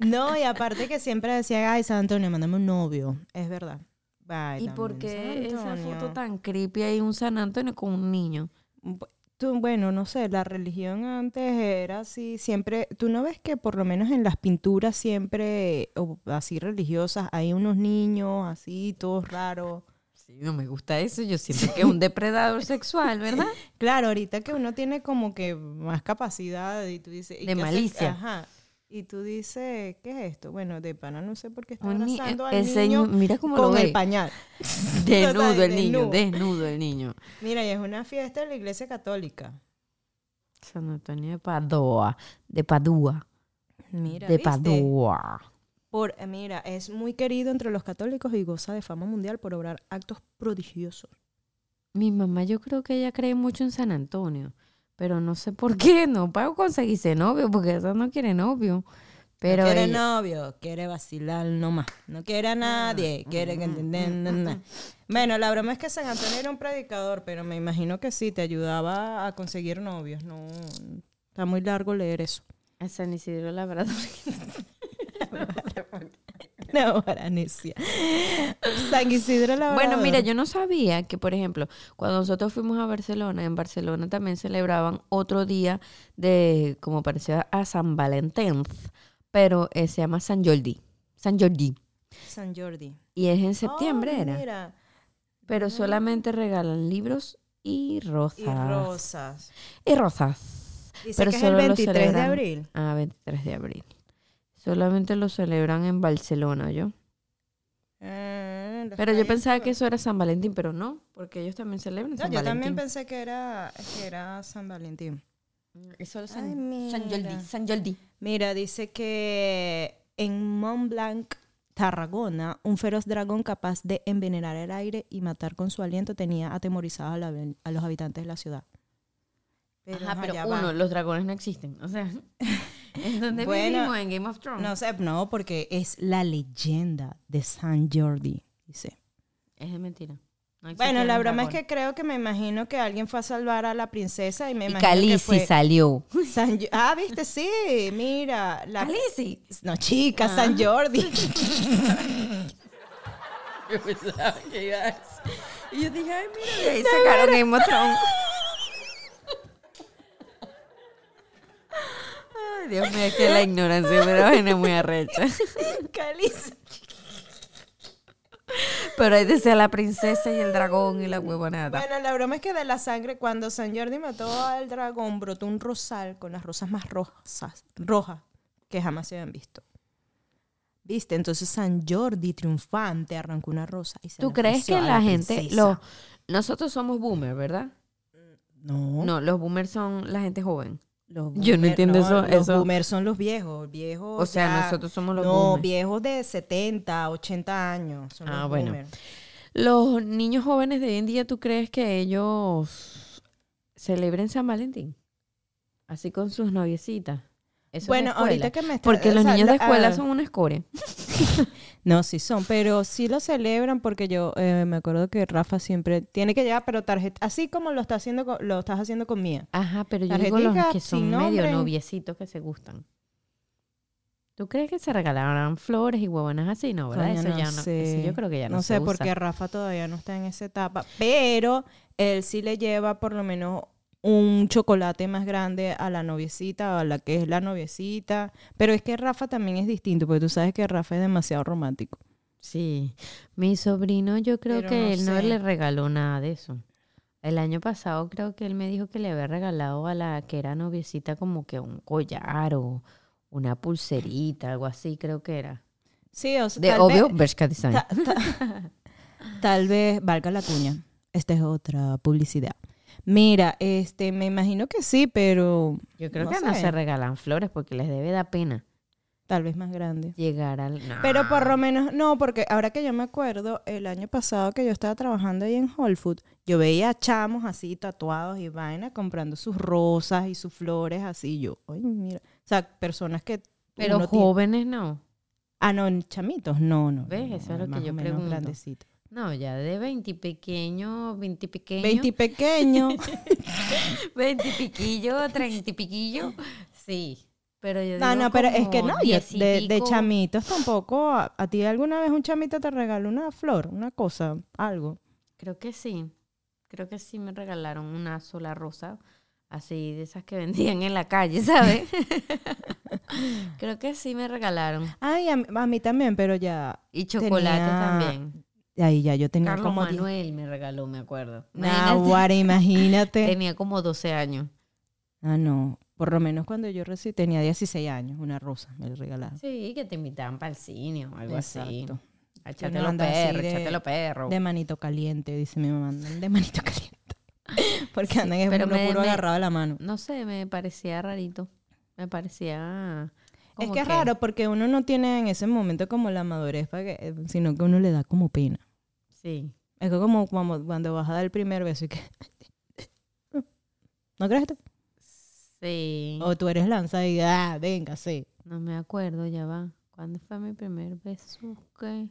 Speaker 1: No, y aparte que siempre decía, ay, San Antonio, mándame un novio. Es verdad. Bye,
Speaker 2: ¿Y
Speaker 1: también,
Speaker 2: por qué
Speaker 1: San
Speaker 2: esa
Speaker 1: Antonio.
Speaker 2: foto tan creepy ahí, un San Antonio con un niño?
Speaker 1: Bu- Tú, bueno, no sé, la religión antes era así, siempre, tú no ves que por lo menos en las pinturas siempre, o así religiosas, hay unos niños así, todos raros.
Speaker 2: Sí, no me gusta eso, yo siento que es un depredador <laughs> sexual, ¿verdad?
Speaker 1: Claro, ahorita que uno tiene como que más capacidad y tú dices... ¿y
Speaker 2: De
Speaker 1: qué hace-
Speaker 2: malicia.
Speaker 1: Ajá. Y tú dices, ¿qué es esto? Bueno, de pana no sé por qué está
Speaker 2: Un ni-
Speaker 1: abrazando al
Speaker 2: ese
Speaker 1: niño
Speaker 2: ni- mira cómo lo
Speaker 1: con el
Speaker 2: ve.
Speaker 1: pañal.
Speaker 2: <laughs>
Speaker 1: <laughs>
Speaker 2: Desnudo
Speaker 1: O sea,
Speaker 2: el niño,
Speaker 1: desnudo.
Speaker 2: desnudo el niño.
Speaker 1: Mira, y es una fiesta de la iglesia católica.
Speaker 2: San Antonio de Padua, de Padua,
Speaker 1: Mira,
Speaker 2: de
Speaker 1: ¿viste?
Speaker 2: Padua.
Speaker 1: Por, eh, mira, es muy querido entre los católicos y goza de fama mundial por obrar actos prodigiosos.
Speaker 2: Mi mamá yo creo que ella cree mucho en San Antonio, pero no sé por qué, <laughs> no para conseguirse novio, porque esa no quiere novio. Pero Ah,
Speaker 1: no quiere
Speaker 2: ella-
Speaker 1: novio, quiere vacilar nomás. No quiere a nadie, quiere
Speaker 2: ah,
Speaker 1: que... Bueno, la broma es que San Antonio era un predicador, pero me imagino que sí, te ayudaba a conseguir novios. No, está muy largo leer eso. <laughs>
Speaker 2: a San Isidro Labrador.
Speaker 1: No, Aranesia. San Isidro la
Speaker 2: bueno, mira, yo no sabía que, por ejemplo, cuando nosotros fuimos a Barcelona, en Barcelona también celebraban otro día de, como parecía a San Valentín, pero eh, se llama San Jordi, San Jordi,
Speaker 1: San Jordi.
Speaker 2: y es en septiembre,
Speaker 1: Oh,
Speaker 2: era.
Speaker 1: Mira.
Speaker 2: Pero solamente regalan libros y rosas.
Speaker 1: Y rosas.
Speaker 2: Y rosas.
Speaker 1: Dice
Speaker 2: Pero
Speaker 1: que es el
Speaker 2: solo lo
Speaker 1: 23 de
Speaker 2: celebran.
Speaker 1: abril.
Speaker 2: Ah, 23 de abril. Solamente lo celebran en Barcelona, ¿yo?
Speaker 1: Eh, las
Speaker 2: Pero yo
Speaker 1: calles
Speaker 2: pensaba
Speaker 1: por-
Speaker 2: que eso era San Valentín, pero no, porque ellos también celebran
Speaker 1: No,
Speaker 2: San
Speaker 1: yo
Speaker 2: Valentín.
Speaker 1: también pensé que era, que era San Valentín.
Speaker 2: Eso es
Speaker 1: Ay,
Speaker 2: San, San
Speaker 1: mira.
Speaker 2: Jordi, San Jordi.
Speaker 1: Mira, dice que en Mont Blanc, Tarragona, un feroz dragón capaz de envenenar el aire y matar con su aliento tenía atemorizados a, la- a los habitantes de la ciudad.
Speaker 2: Ajá, pero
Speaker 1: allá va.
Speaker 2: uno, los dragones no existen. O sea, <laughs> ¿en dónde
Speaker 1: Bueno,
Speaker 2: vivimos? En Game of Thrones.
Speaker 1: No sé, no, porque es la leyenda de San Jordi, dice.
Speaker 2: Es de mentira.
Speaker 1: Bueno,
Speaker 2: No existieron
Speaker 1: la broma es que
Speaker 2: dragones.
Speaker 1: creo que me imagino que alguien fue a salvar a la princesa y me
Speaker 2: Y
Speaker 1: imagino que
Speaker 2: Khaleesi
Speaker 1: fue
Speaker 2: salió.
Speaker 1: San Jo- Ah, viste, sí, mira, la
Speaker 2: ¡Khaleesi! Ah.
Speaker 1: No, chica, San
Speaker 2: <laughs>
Speaker 1: Jordi.
Speaker 2: Yo pensaba que iba a eso. Y yo dije, ay, mira, de ahí sacaron Game of
Speaker 1: <laughs>
Speaker 2: Thrones. Ay, Dios mío, es que la ignorancia me la viene muy arrecha.
Speaker 1: Khaleesi.
Speaker 2: Pero ahí decía la princesa y el dragón y la huevonada.
Speaker 1: Bueno, la broma es que de la sangre, cuando San Jordi mató al dragón, brotó un rosal con las rosas más rosas, rojas que jamás se habían visto. ¿Viste? Entonces San Jordi triunfante arrancó una rosa y se
Speaker 2: ¿Tú
Speaker 1: la
Speaker 2: crees
Speaker 1: ofreció
Speaker 2: que
Speaker 1: a
Speaker 2: la, gente,
Speaker 1: princesa.
Speaker 2: los, nosotros somos boomers, ¿verdad?
Speaker 1: No,
Speaker 2: No, los boomers son la gente joven.
Speaker 1: los
Speaker 2: yo no
Speaker 1: boomer-
Speaker 2: entiendo eso-
Speaker 1: Los
Speaker 2: eso.
Speaker 1: boomers son los viejos, viejos.
Speaker 2: O sea,
Speaker 1: ya-
Speaker 2: nosotros somos los
Speaker 1: No,
Speaker 2: boomers.
Speaker 1: viejos de 70, 80 años. Son
Speaker 2: Ah,
Speaker 1: los
Speaker 2: bueno.
Speaker 1: boomers.
Speaker 2: Los niños jóvenes de hoy en día, ¿tú crees que ellos celebren San Valentín? Así con sus noviecitas. Eso es
Speaker 1: Bueno,
Speaker 2: escuela.
Speaker 1: ahorita que me está-
Speaker 2: Porque
Speaker 1: o
Speaker 2: los
Speaker 1: sea,
Speaker 2: niños de
Speaker 1: la-
Speaker 2: escuela
Speaker 1: ah,
Speaker 2: son una escoria.
Speaker 1: No, sí son, pero sí lo celebran porque yo eh, me acuerdo que Rafa siempre tiene que llevar, pero tarjeta, así como lo está haciendo, co- lo estás haciendo con Mía.
Speaker 2: Ajá, pero yo digo los
Speaker 1: Tarjetica,
Speaker 2: que son
Speaker 1: sin
Speaker 2: medio
Speaker 1: nombre.
Speaker 2: noviecitos que se gustan. ¿Tú crees que se regalaran flores y huevonas así? No, ¿verdad?
Speaker 1: Coño,
Speaker 2: eso
Speaker 1: no
Speaker 2: ya no.
Speaker 1: sé.
Speaker 2: eso yo creo que ya no,
Speaker 1: no
Speaker 2: se
Speaker 1: sé
Speaker 2: usa.
Speaker 1: por qué Rafa todavía no está en esa etapa, pero él sí le lleva por lo menos un chocolate más grande a la noviecita, a la que es la noviecita, pero es que Rafa también es distinto, porque tú sabes que Rafa es demasiado romántico.
Speaker 2: Sí. Mi sobrino, yo creo
Speaker 1: Pero
Speaker 2: que
Speaker 1: no
Speaker 2: él no
Speaker 1: sé.
Speaker 2: le regaló nada de eso. El año pasado creo que él me dijo que le había regalado a la que era noviecita como que un collar o una pulserita, algo así creo que era.
Speaker 1: Sí, o sea,
Speaker 2: De
Speaker 1: tal
Speaker 2: obvio,
Speaker 1: vez-
Speaker 2: Bershka Design.
Speaker 1: Ta- ta- tal vez valga la cuña. Esta es otra publicidad. Mira, este, me imagino que sí, pero
Speaker 2: Yo creo
Speaker 1: no
Speaker 2: que no
Speaker 1: sé.
Speaker 2: se regalan flores porque les debe dar pena
Speaker 1: tal vez más grande.
Speaker 2: llegar al... No.
Speaker 1: Pero por lo menos, no, porque ahora que yo me acuerdo, el año pasado que yo estaba trabajando ahí en Whole Foods, yo veía chamos así tatuados y vaina comprando sus rosas y sus flores así. Yo, ay, mira. O sea, personas que.
Speaker 2: Pero
Speaker 1: uno tiene-
Speaker 2: jóvenes no.
Speaker 1: Ah, no, chamitos, no, no.
Speaker 2: ¿Ves?
Speaker 1: no,
Speaker 2: Eso es lo que
Speaker 1: más o
Speaker 2: yo
Speaker 1: menos
Speaker 2: pregunto.
Speaker 1: grandecitos.
Speaker 2: No, ya de 20 y pequeño, 20 y pequeño,
Speaker 1: 20
Speaker 2: <laughs>
Speaker 1: pequeños.
Speaker 2: 20 y piquillo, 30 y piquillo. Sí, pero yo
Speaker 1: No,
Speaker 2: digo
Speaker 1: no, pero es que
Speaker 2: como
Speaker 1: no, yo
Speaker 2: 10 y
Speaker 1: de, de
Speaker 2: pico.
Speaker 1: chamitos tampoco. A, a ti alguna vez un chamito te regaló una flor, una cosa, algo?
Speaker 2: Creo que sí. Creo que sí me regalaron una sola rosa, así de esas que <laughs> vendían en la calle, ¿sabes? <laughs> Creo que sí me regalaron.
Speaker 1: Ay, a, mí- a mí también, pero ya,
Speaker 2: Y chocolate
Speaker 1: Tenía-
Speaker 2: también.
Speaker 1: ahí ya yo tenía
Speaker 2: Carlos
Speaker 1: como... diez- Ah,
Speaker 2: Manuel me regaló, me acuerdo. Imagínate,
Speaker 1: Naguará,
Speaker 2: <laughs>
Speaker 1: imagínate.
Speaker 2: Tenía como 12 años.
Speaker 1: Ah, no, por lo menos cuando yo recién tenía 16 años, una rosa me regalaron.
Speaker 2: Sí, que te invitaban para el cine o algo así.
Speaker 1: Exacto.
Speaker 2: A
Speaker 1: Yo
Speaker 2: Echarte
Speaker 1: no
Speaker 2: los
Speaker 1: andaba así
Speaker 2: perros,
Speaker 1: de-
Speaker 2: echarte los perros.
Speaker 1: De manito caliente, dice mi mamá, andan de manito caliente. <laughs> Porque andan es
Speaker 2: pero
Speaker 1: uno
Speaker 2: me-
Speaker 1: puro
Speaker 2: me-
Speaker 1: agarrado a la mano.
Speaker 2: No sé, me parecía rarito. Me parecía.
Speaker 1: Es
Speaker 2: como
Speaker 1: que es raro porque uno no tiene en ese momento como la madurez, para que, eh, sino que uno le da como pena.
Speaker 2: Sí.
Speaker 1: Es que como, como cuando vas a dar el primer beso y que... <laughs> ¿No crees tú?
Speaker 2: Sí.
Speaker 1: O tú eres lanza y ah, venga, sí.
Speaker 2: No me acuerdo, ya va. ¿Cuándo fue mi primer beso? ¿Qué?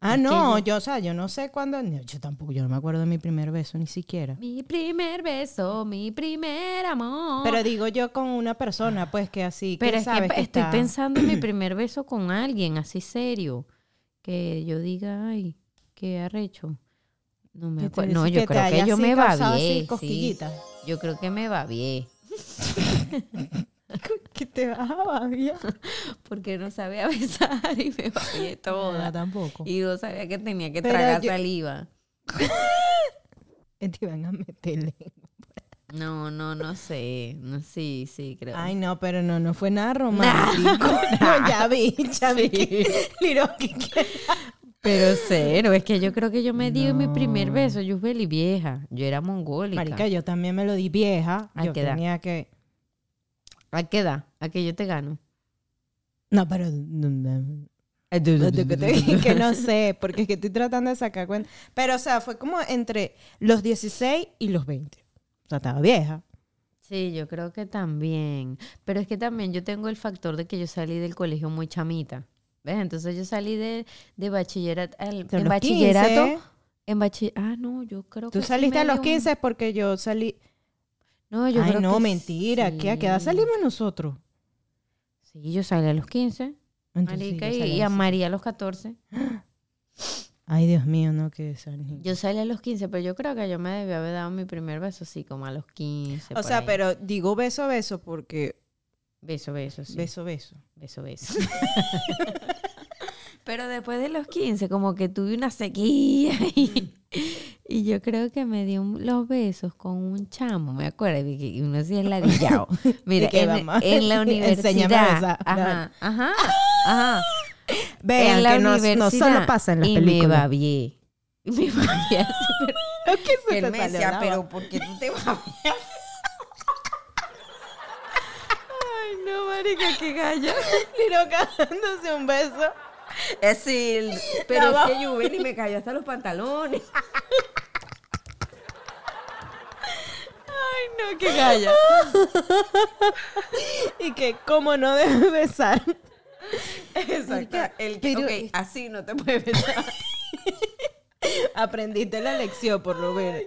Speaker 1: Ah,
Speaker 2: Es que
Speaker 1: no, yo, o sea, yo no sé cuándo... no, Yo tampoco, yo no me acuerdo de mi primer beso ni siquiera.
Speaker 2: Mi primer beso, mi primer amor.
Speaker 1: Pero digo yo con una persona, pues, que así,
Speaker 2: Pero
Speaker 1: que
Speaker 2: es que
Speaker 1: sabes
Speaker 2: pe-
Speaker 1: que
Speaker 2: estoy
Speaker 1: está-
Speaker 2: pensando
Speaker 1: <clears throat>
Speaker 2: en mi primer beso con alguien, así serio. Que yo diga, ay, qué arrecho. No me
Speaker 1: que te
Speaker 2: acuerdo. pues, No,
Speaker 1: dice
Speaker 2: yo
Speaker 1: te
Speaker 2: creo que
Speaker 1: haya
Speaker 2: yo
Speaker 1: así
Speaker 2: me
Speaker 1: causado así
Speaker 2: babié. Sí.
Speaker 1: cosquillitas. <laughs>
Speaker 2: Yo creo que me babié.
Speaker 1: Que te vas a babiar.
Speaker 2: Porque no sabía <laughs> besar y me babié
Speaker 1: No,
Speaker 2: toda.
Speaker 1: tampoco.
Speaker 2: Y yo sabía que tenía que
Speaker 1: Pero
Speaker 2: tragar
Speaker 1: yo-
Speaker 2: saliva.
Speaker 1: Te iban a meterle.
Speaker 2: No, no, no sé. No, sí, sí, creo.
Speaker 1: Ay, no, pero no, no fue nada
Speaker 2: <laughs>
Speaker 1: romántico. No, ya vi, ya vi. que- <laughs> Liroki, que-
Speaker 2: Pero cero, es que yo creo que yo me di mi
Speaker 1: No.
Speaker 2: primer beso, yo y vieja. Yo era mongólica.
Speaker 1: Marica, yo también me lo di vieja.
Speaker 2: Ay,
Speaker 1: yo
Speaker 2: qué edad.
Speaker 1: tenía que...
Speaker 2: ¿A qué edad? ¿A que yo te gano?
Speaker 1: No, pero... que no sé, porque es que estoy tratando de sacar cuenta. Pero, o sea, fue como entre los 16 y los 20. O sea, estaba vieja.
Speaker 2: Sí, yo creo que también. Pero es que también yo tengo el factor de que yo salí del colegio muy chamita. ¿Ves? Entonces yo salí de, de bachillerato. al-
Speaker 1: A los
Speaker 2: en bachillerato.
Speaker 1: 15.
Speaker 2: En bachi- Ah, no, yo creo que.
Speaker 1: Tú
Speaker 2: sí
Speaker 1: saliste
Speaker 2: me
Speaker 1: a los
Speaker 2: dio un-
Speaker 1: 15 porque yo salí...
Speaker 2: No, yo
Speaker 1: Ay,
Speaker 2: creo
Speaker 1: no,
Speaker 2: que
Speaker 1: mentira. ¿Qué, ¿A qué edad
Speaker 2: sí.
Speaker 1: salimos nosotros?
Speaker 2: Sí, yo salí a los 15.
Speaker 1: Entonces, sí,
Speaker 2: marica,
Speaker 1: yo
Speaker 2: y-
Speaker 1: salí
Speaker 2: y
Speaker 1: a
Speaker 2: a
Speaker 1: los-
Speaker 2: María a los 14.
Speaker 1: Ay, Dios mío, no, que salí.
Speaker 2: Yo salí a los 15, pero yo creo que yo me debía haber dado mi primer beso, sí, como a los 15.
Speaker 1: O
Speaker 2: por
Speaker 1: sea,
Speaker 2: ahí.
Speaker 1: pero digo beso a beso porque
Speaker 2: Beso, beso, sí.
Speaker 1: beso beso.
Speaker 2: Beso,
Speaker 1: <laughs>
Speaker 2: beso. pero después de los 15, como que tuve una sequía. Y, y yo creo que me dio un- los besos con un chamo, me acuerdo. Y que uno así es ladillado. Mira,
Speaker 1: <laughs> Y que
Speaker 2: en,
Speaker 1: vamos.
Speaker 2: en
Speaker 1: <laughs>
Speaker 2: la
Speaker 1: Enséñame ¡Ah! a besar.
Speaker 2: universidad. Ajá, ajá, ajá.
Speaker 1: Vean
Speaker 2: en la
Speaker 1: que no, no solo
Speaker 2: universidad,
Speaker 1: pasa en las
Speaker 2: y me
Speaker 1: películas.
Speaker 2: babié. Y
Speaker 1: <laughs>
Speaker 2: Me babié así, pero
Speaker 1: ¿Qué se
Speaker 2: que
Speaker 1: te
Speaker 2: él me
Speaker 1: salió
Speaker 2: decía,
Speaker 1: la
Speaker 2: pero
Speaker 1: baba?
Speaker 2: ¿por qué tú te babeas? Ay, no, marica, qué gallo.
Speaker 1: <laughs> Liroca dándose un beso.
Speaker 2: Es el... Pero
Speaker 1: La
Speaker 2: es que Juven y me cayó hasta los pantalones.
Speaker 1: Ay, no, qué galla. y que cómo no debe besar. <laughs>
Speaker 2: Exacto. El que,
Speaker 1: Pero-
Speaker 2: ok, así no te
Speaker 1: <laughs>
Speaker 2: puedes besar.
Speaker 1: Aprendiste la lección por lo menos.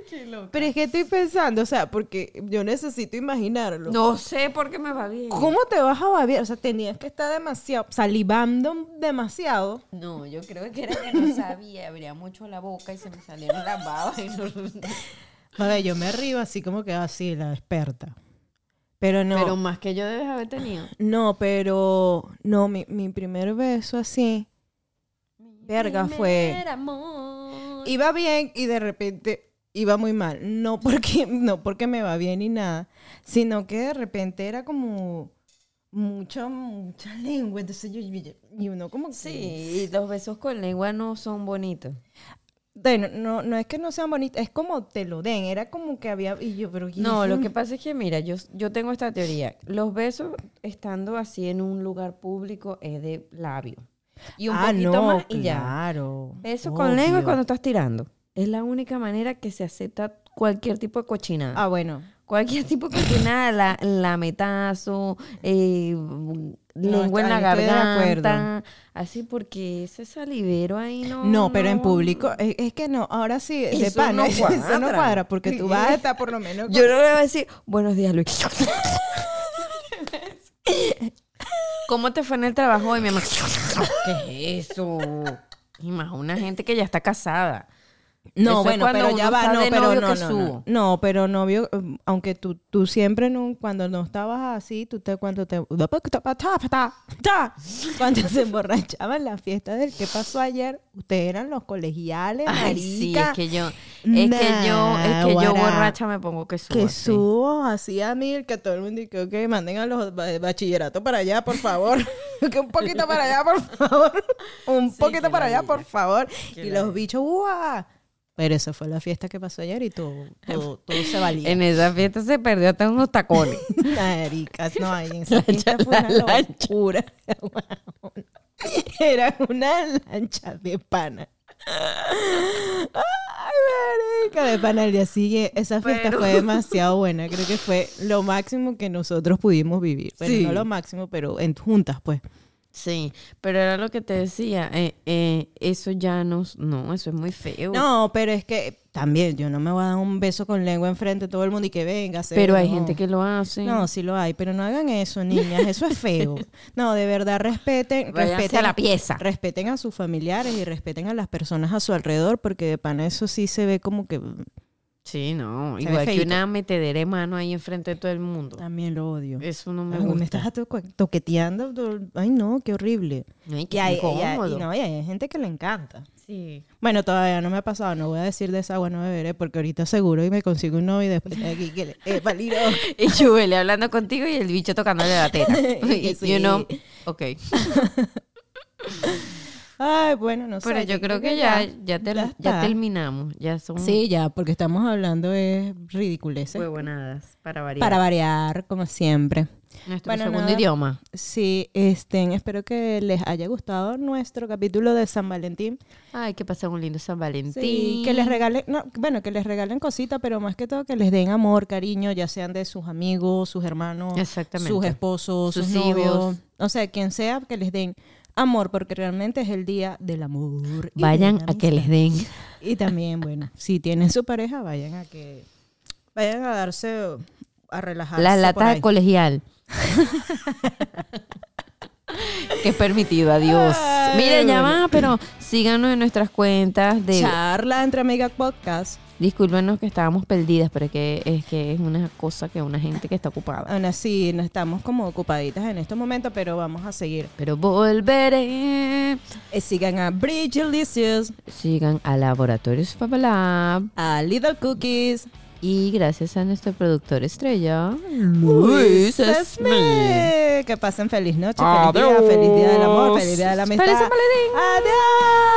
Speaker 1: Pero es que estoy pensando, o sea, porque yo necesito imaginarlo.
Speaker 2: No sé por qué me va bien.
Speaker 1: ¿Cómo te vas a babiar? O sea, tenías que estar demasiado salivando demasiado.
Speaker 2: No, yo creo que era que no sabía. Abría mucho la boca y se me salieron las babas. Y no,
Speaker 1: A ver, yo me río así como que así, la experta. Pero no,
Speaker 2: Pero más que yo debes haber tenido.
Speaker 1: no, pero no, mi, mi primer beso así. Verga fue.
Speaker 2: Primer amor.
Speaker 1: Iba bien y de repente iba muy mal. No porque, <laughs> no porque me va bien ni nada, sino que de repente era como mucha, mucha lengua. Entonces yo, yo- y uno como que-
Speaker 2: Sí, y los besos con lengua no son bonitos.
Speaker 1: Bueno, no, no es que no sean bonitas, es como te lo den. Era como que había. Y yo, pero ¿y
Speaker 2: No,
Speaker 1: eso?
Speaker 2: lo que pasa es que, mira, yo, yo tengo esta teoría. Los besos estando así en un lugar público es de labio. Y un
Speaker 1: Ah,
Speaker 2: poquito
Speaker 1: no,
Speaker 2: más y ya.
Speaker 1: Claro.
Speaker 2: Beso con lengua
Speaker 1: obvio.
Speaker 2: cuando estás tirando. Es la única manera que se acepta cualquier tipo de cochinada.
Speaker 1: Ah, bueno.
Speaker 2: Cualquier tipo de cochinada, la, lametazo, eh, lengua en la
Speaker 1: ahí estoy de acuerdo.
Speaker 2: garganta. Así porque ese salivero ahí no...
Speaker 1: No, pero en
Speaker 2: no-
Speaker 1: público, e, es, es que no, ahora sí, de
Speaker 2: Eso
Speaker 1: pana, <laughs>
Speaker 2: no
Speaker 1: eso no
Speaker 2: cuadra.
Speaker 1: cuadra, porque tú vas a estar por lo
Speaker 2: <laughs>
Speaker 1: menos...
Speaker 2: Yo no le voy a decir, buenos días, Luis. ¿Cómo te fue en el trabajo hoy, mi amor? ¿Qué es eso? Y más una gente que ya está casada. Eso
Speaker 1: no,
Speaker 2: es
Speaker 1: bueno,
Speaker 2: cuando
Speaker 1: pero ya
Speaker 2: uno
Speaker 1: va,
Speaker 2: está
Speaker 1: no,
Speaker 2: de
Speaker 1: pero
Speaker 2: novio
Speaker 1: no,
Speaker 2: que
Speaker 1: no,
Speaker 2: subo.
Speaker 1: no, no, pero novio, eh, aunque tú, tú siempre, no, cuando no estabas así, tú te, cuando te... Cuando se <laughs> emborrachaban las fiestas del que pasó ayer, ustedes eran los colegiales,
Speaker 2: Ay, sí, es
Speaker 1: marica,
Speaker 2: que yo, es que yo, es que yo
Speaker 1: Náguara.
Speaker 2: borracha me pongo que subo.
Speaker 1: que
Speaker 2: así.
Speaker 1: subo así a mil, que todo el mundo dice, ok, manden a los ba- bachilleratos para allá, por favor. <laughs> que un poquito para allá, por favor.
Speaker 2: <laughs>
Speaker 1: Un
Speaker 2: Sí,
Speaker 1: poquito
Speaker 2: qué
Speaker 1: para allá, por
Speaker 2: ladilla.
Speaker 1: favor.
Speaker 2: Qué
Speaker 1: y
Speaker 2: ladilla.
Speaker 1: los bichos, ¡guau! Pero eso fue la fiesta que pasó ayer y todo, todo, todo se
Speaker 2: <laughs>
Speaker 1: valía.
Speaker 2: En esa fiesta se perdió hasta unos tacones.
Speaker 1: Maricas, no, ahí en esa
Speaker 2: La
Speaker 1: fiesta
Speaker 2: cha-
Speaker 1: fue una
Speaker 2: la lancha.
Speaker 1: locura. Era una lancha de pana. Ay, marica, de pana el día sigue. Esa fiesta
Speaker 2: Pero-
Speaker 1: fue demasiado buena. Creo que fue lo máximo que nosotros pudimos vivir. Bueno,
Speaker 2: Sí.
Speaker 1: no lo máximo, pero en, juntas, pues.
Speaker 2: Sí, pero era lo que te decía. eh, eh, eso ya no, no, eso es muy feo.
Speaker 1: No, pero es que también yo no me voy a dar un beso con lengua enfrente de todo el mundo y que venga. se-
Speaker 2: pero hay
Speaker 1: no.
Speaker 2: gente que lo hace.
Speaker 1: No, sí lo hay, pero no hagan eso, niñas, eso es
Speaker 2: <laughs>
Speaker 1: feo. No, de verdad respeten,
Speaker 2: Váyanse
Speaker 1: respeten
Speaker 2: a la pieza.
Speaker 1: Respeten a sus familiares y respeten a las personas a su alrededor, porque de pana eso sí se ve como que mm,
Speaker 2: Sí, no.
Speaker 1: Se ve
Speaker 2: Igual que
Speaker 1: feíto.
Speaker 2: una metedera de mano ahí enfrente de todo el mundo.
Speaker 1: también lo odio.
Speaker 2: Eso no Eh, me
Speaker 1: Ay,
Speaker 2: gusta.
Speaker 1: me estás to- toqueteando, do- ay no, qué horrible.
Speaker 2: Ay, qué
Speaker 1: Y hay, y hay- y
Speaker 2: incómodo.
Speaker 1: no, y hay gente que le encanta.
Speaker 2: Sí.
Speaker 1: Bueno, todavía no me ha pasado, no voy a decir de esa agua no beberé porque ahorita seguro y me consigo un novio y después aquí que le eh, valiro.
Speaker 2: <laughs> Y Chubele hablando contigo y el bicho tocándole la teta.
Speaker 1: <laughs>
Speaker 2: <laughs>
Speaker 1: Y que sí.
Speaker 2: You know. Ok.
Speaker 1: Ay, bueno, no sé.
Speaker 2: <laughs> Pero yo creo que ya, ya, ter-
Speaker 1: ya
Speaker 2: ya
Speaker 1: está.
Speaker 2: terminamos. Ya son
Speaker 1: Sí, ya, porque estamos hablando es ridiculeces.
Speaker 2: huevonadas para variar.
Speaker 1: Para variar, como siempre.
Speaker 2: Nuestro
Speaker 1: Bueno,
Speaker 2: segundo
Speaker 1: nada.
Speaker 2: idioma.
Speaker 1: Sí, este, espero que les haya gustado nuestro capítulo de San Valentín.
Speaker 2: Ay, que pasen un lindo San Valentín.
Speaker 1: Sí, que les regalen, no, bueno, que les regalen cositas, pero más que todo que les den amor, cariño, ya sean de sus amigos, sus hermanos,
Speaker 2: Exactamente.
Speaker 1: sus esposos, sus,
Speaker 2: Sus
Speaker 1: novios,
Speaker 2: hijos.
Speaker 1: o sea, quien sea, que les den amor, porque realmente es el día del amor. y de
Speaker 2: Vayan
Speaker 1: la
Speaker 2: a que
Speaker 1: amistad.
Speaker 2: les den.
Speaker 1: Y también, bueno, si tienen su pareja, vayan a que vayan a darse a relajarse.
Speaker 2: La
Speaker 1: por
Speaker 2: lata
Speaker 1: ahí.
Speaker 2: de <laughs> colegial. que es permitido, adiós.
Speaker 1: Ay,
Speaker 2: Miren, ya
Speaker 1: bueno.
Speaker 2: va, pero síganos en nuestras cuentas de...
Speaker 1: charla entre amigas podcast.
Speaker 2: Discúlpenos que estábamos perdidas, pero es que es, que es una cosa que una gente que está ocupada.
Speaker 1: Aún así, no estamos como ocupaditas en estos momentos, pero vamos a seguir.
Speaker 2: Pero volveré.
Speaker 1: Eh, sigan a Bridge Delicious,
Speaker 2: Sigan a Laboratorios Fabalab.
Speaker 1: a Little Cookies,
Speaker 2: Y gracias a nuestro productor estrella, Luis Smith.
Speaker 1: Que pasen feliz noche, feliz día, feliz día del amor, feliz día de la amistad.
Speaker 2: Feliz San Valentín.
Speaker 1: ¡Adiós!